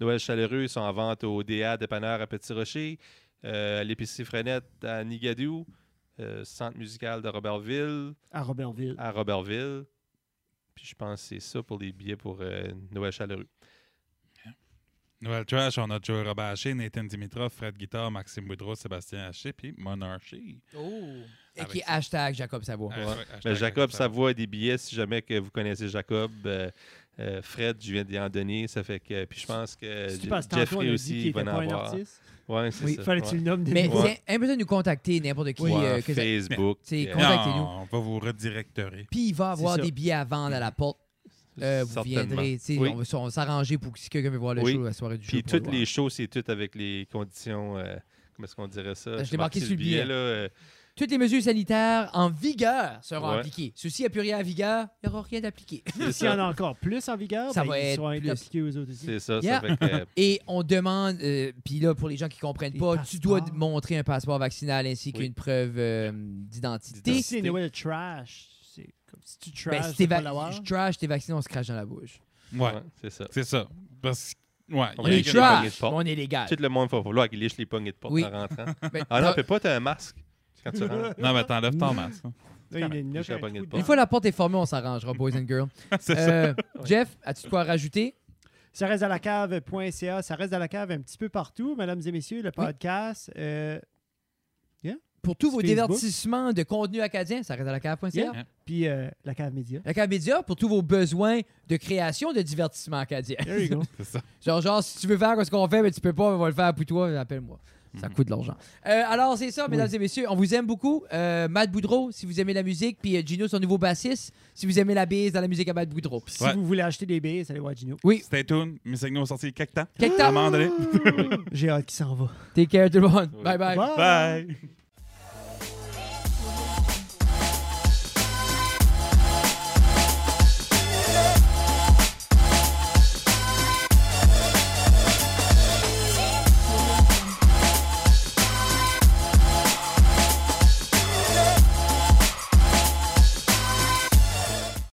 Noël Chaleureux ils sont en vente au DA Dépanneur à Petit Rocher, euh, à l'épicerie Frenette à Nigadou, euh, centre musical de Robertville
À Robertville.
à Robertville. Puis je pense que c'est ça pour les billets pour euh, Noël Chaleureux.
Noël Trash, on a Joe Robert Haché, Nathan Dimitrov, Fred Guitar, Maxime Boudreau, Sébastien Haché, puis Monarchy.
et qui est
Avec ça.
hashtag Jacob Savoie.
Ouais.
Ah, Hashtag-
Mais
hashtag-
Jacob
hashtag-
Savoie a des billets si jamais que vous connaissez Jacob. Euh, euh, Fred, je viens d'y en donner. Ça fait que. Puis je pense que
Si tu
Je-
passes tantôt, on a
Euh, Jeffrey
dit
aussi
qu'il
va
était
en
pas un
avoir.
artiste.
Ouais, c'est
Oui,
ça.
Fallait que tu
ouais.
le nommes des
Mais
fois.
c'est important de nous contacter, n'importe qui.
Ouais,
euh, que ça-
Facebook.
tu sais,
euh,
contactez-nous.
Non, on va vous redirectorer.
Puis il va avoir
ça.
des billets à vendre à la porte. Euh, vous
certainement.
viendrez. tu sais,
Oui.
On va, s- on va s'arranger pour que si quelqu'un veut voir le
Oui.
show la soirée du show.
Puis
pour le
toutes
voir.
les shows, c'est tout avec les conditions. euh, comment est-ce qu'on dirait ça?
Je l'ai marqué sur le billet. *laughs*
là, euh,
Toutes les mesures sanitaires en vigueur seront
Ouais.
appliquées. Ceci a plus rien à vigueur, il n'y aura rien d'appliqué.
c'est
S'il y en
ça.
a encore plus en vigueur,
Ça
ben,
va
ils
être
seront
plus.
appliqués aux autres aussi.
C'est ça.
Yeah.
Ça fait
*laughs*
que.
Et on demande, euh, puis là, pour les gens qui comprennent
Les
pas, tu dois
passeports.
montrer un passeport vaccinal ainsi
Oui.
qu'une preuve euh, d'identité.
Si c'est Noël trash, c'est comme si tu
Ben,
trash,
si
tu
t'es
vas
va-
l'avoir.
si tu trash, t'es vacciné, on se crache dans la bouche.
Ouais,
ouais, c'est ça.
c'est ça. Parce que, ouais.
On
On va
est
aller chercher les poignées de
trash, mais
porte.
on est légal.
Tout le monde, il va falloir qu'il lèche les poignées de porte
Oui.
en rentrant.
Ben,
Ah non,
t'as-
on peut pas, t'as un masque
*laughs*
quand tu rentres.
Non, mais t'enlèves ton masque. hein. *laughs*
Là, il y en a
Les
qui ont un
Japonais
trou
de
dedans.
Une fois la porte est formée, on s'arrangera, boys and girls.
c'est ça.
Euh, Jeff, as-tu de quoi rajouter?
Ça reste à la cave.ca, ça reste à la cave un petit peu partout, mesdames et messieurs, le podcast. euh,
Pour tous vos
Facebook.
divertissements de contenu acadien, ça reste à la cave.ca.
Yeah. puis euh, la cave média.
La cave média, pour tous vos besoins de création de divertissement acadien.
There you go.
C'est ça.
Genre, genre, si tu veux faire ce qu'on fait, mais tu peux pas, on va le faire pour toi, appelle-moi. Ça coûte de l'argent. Euh, alors, c'est ça, mesdames et messieurs. On vous aime beaucoup. Euh, Matt Boudreau, si vous aimez la musique, puis euh, Gino, son nouveau bassiste, si vous aimez la bise dans la musique à Matt Boudreau.
Puis *laughs* si
Ouais.
vous voulez acheter des billets, allez voir Gino.
Stay tuned. Mes signaux ont sorti quelques temps.
Quelque
À
temps.
un moment donné.
J'ai hâte qu'il s'en va.
Take care, tout le monde. bye. bye.
Bye.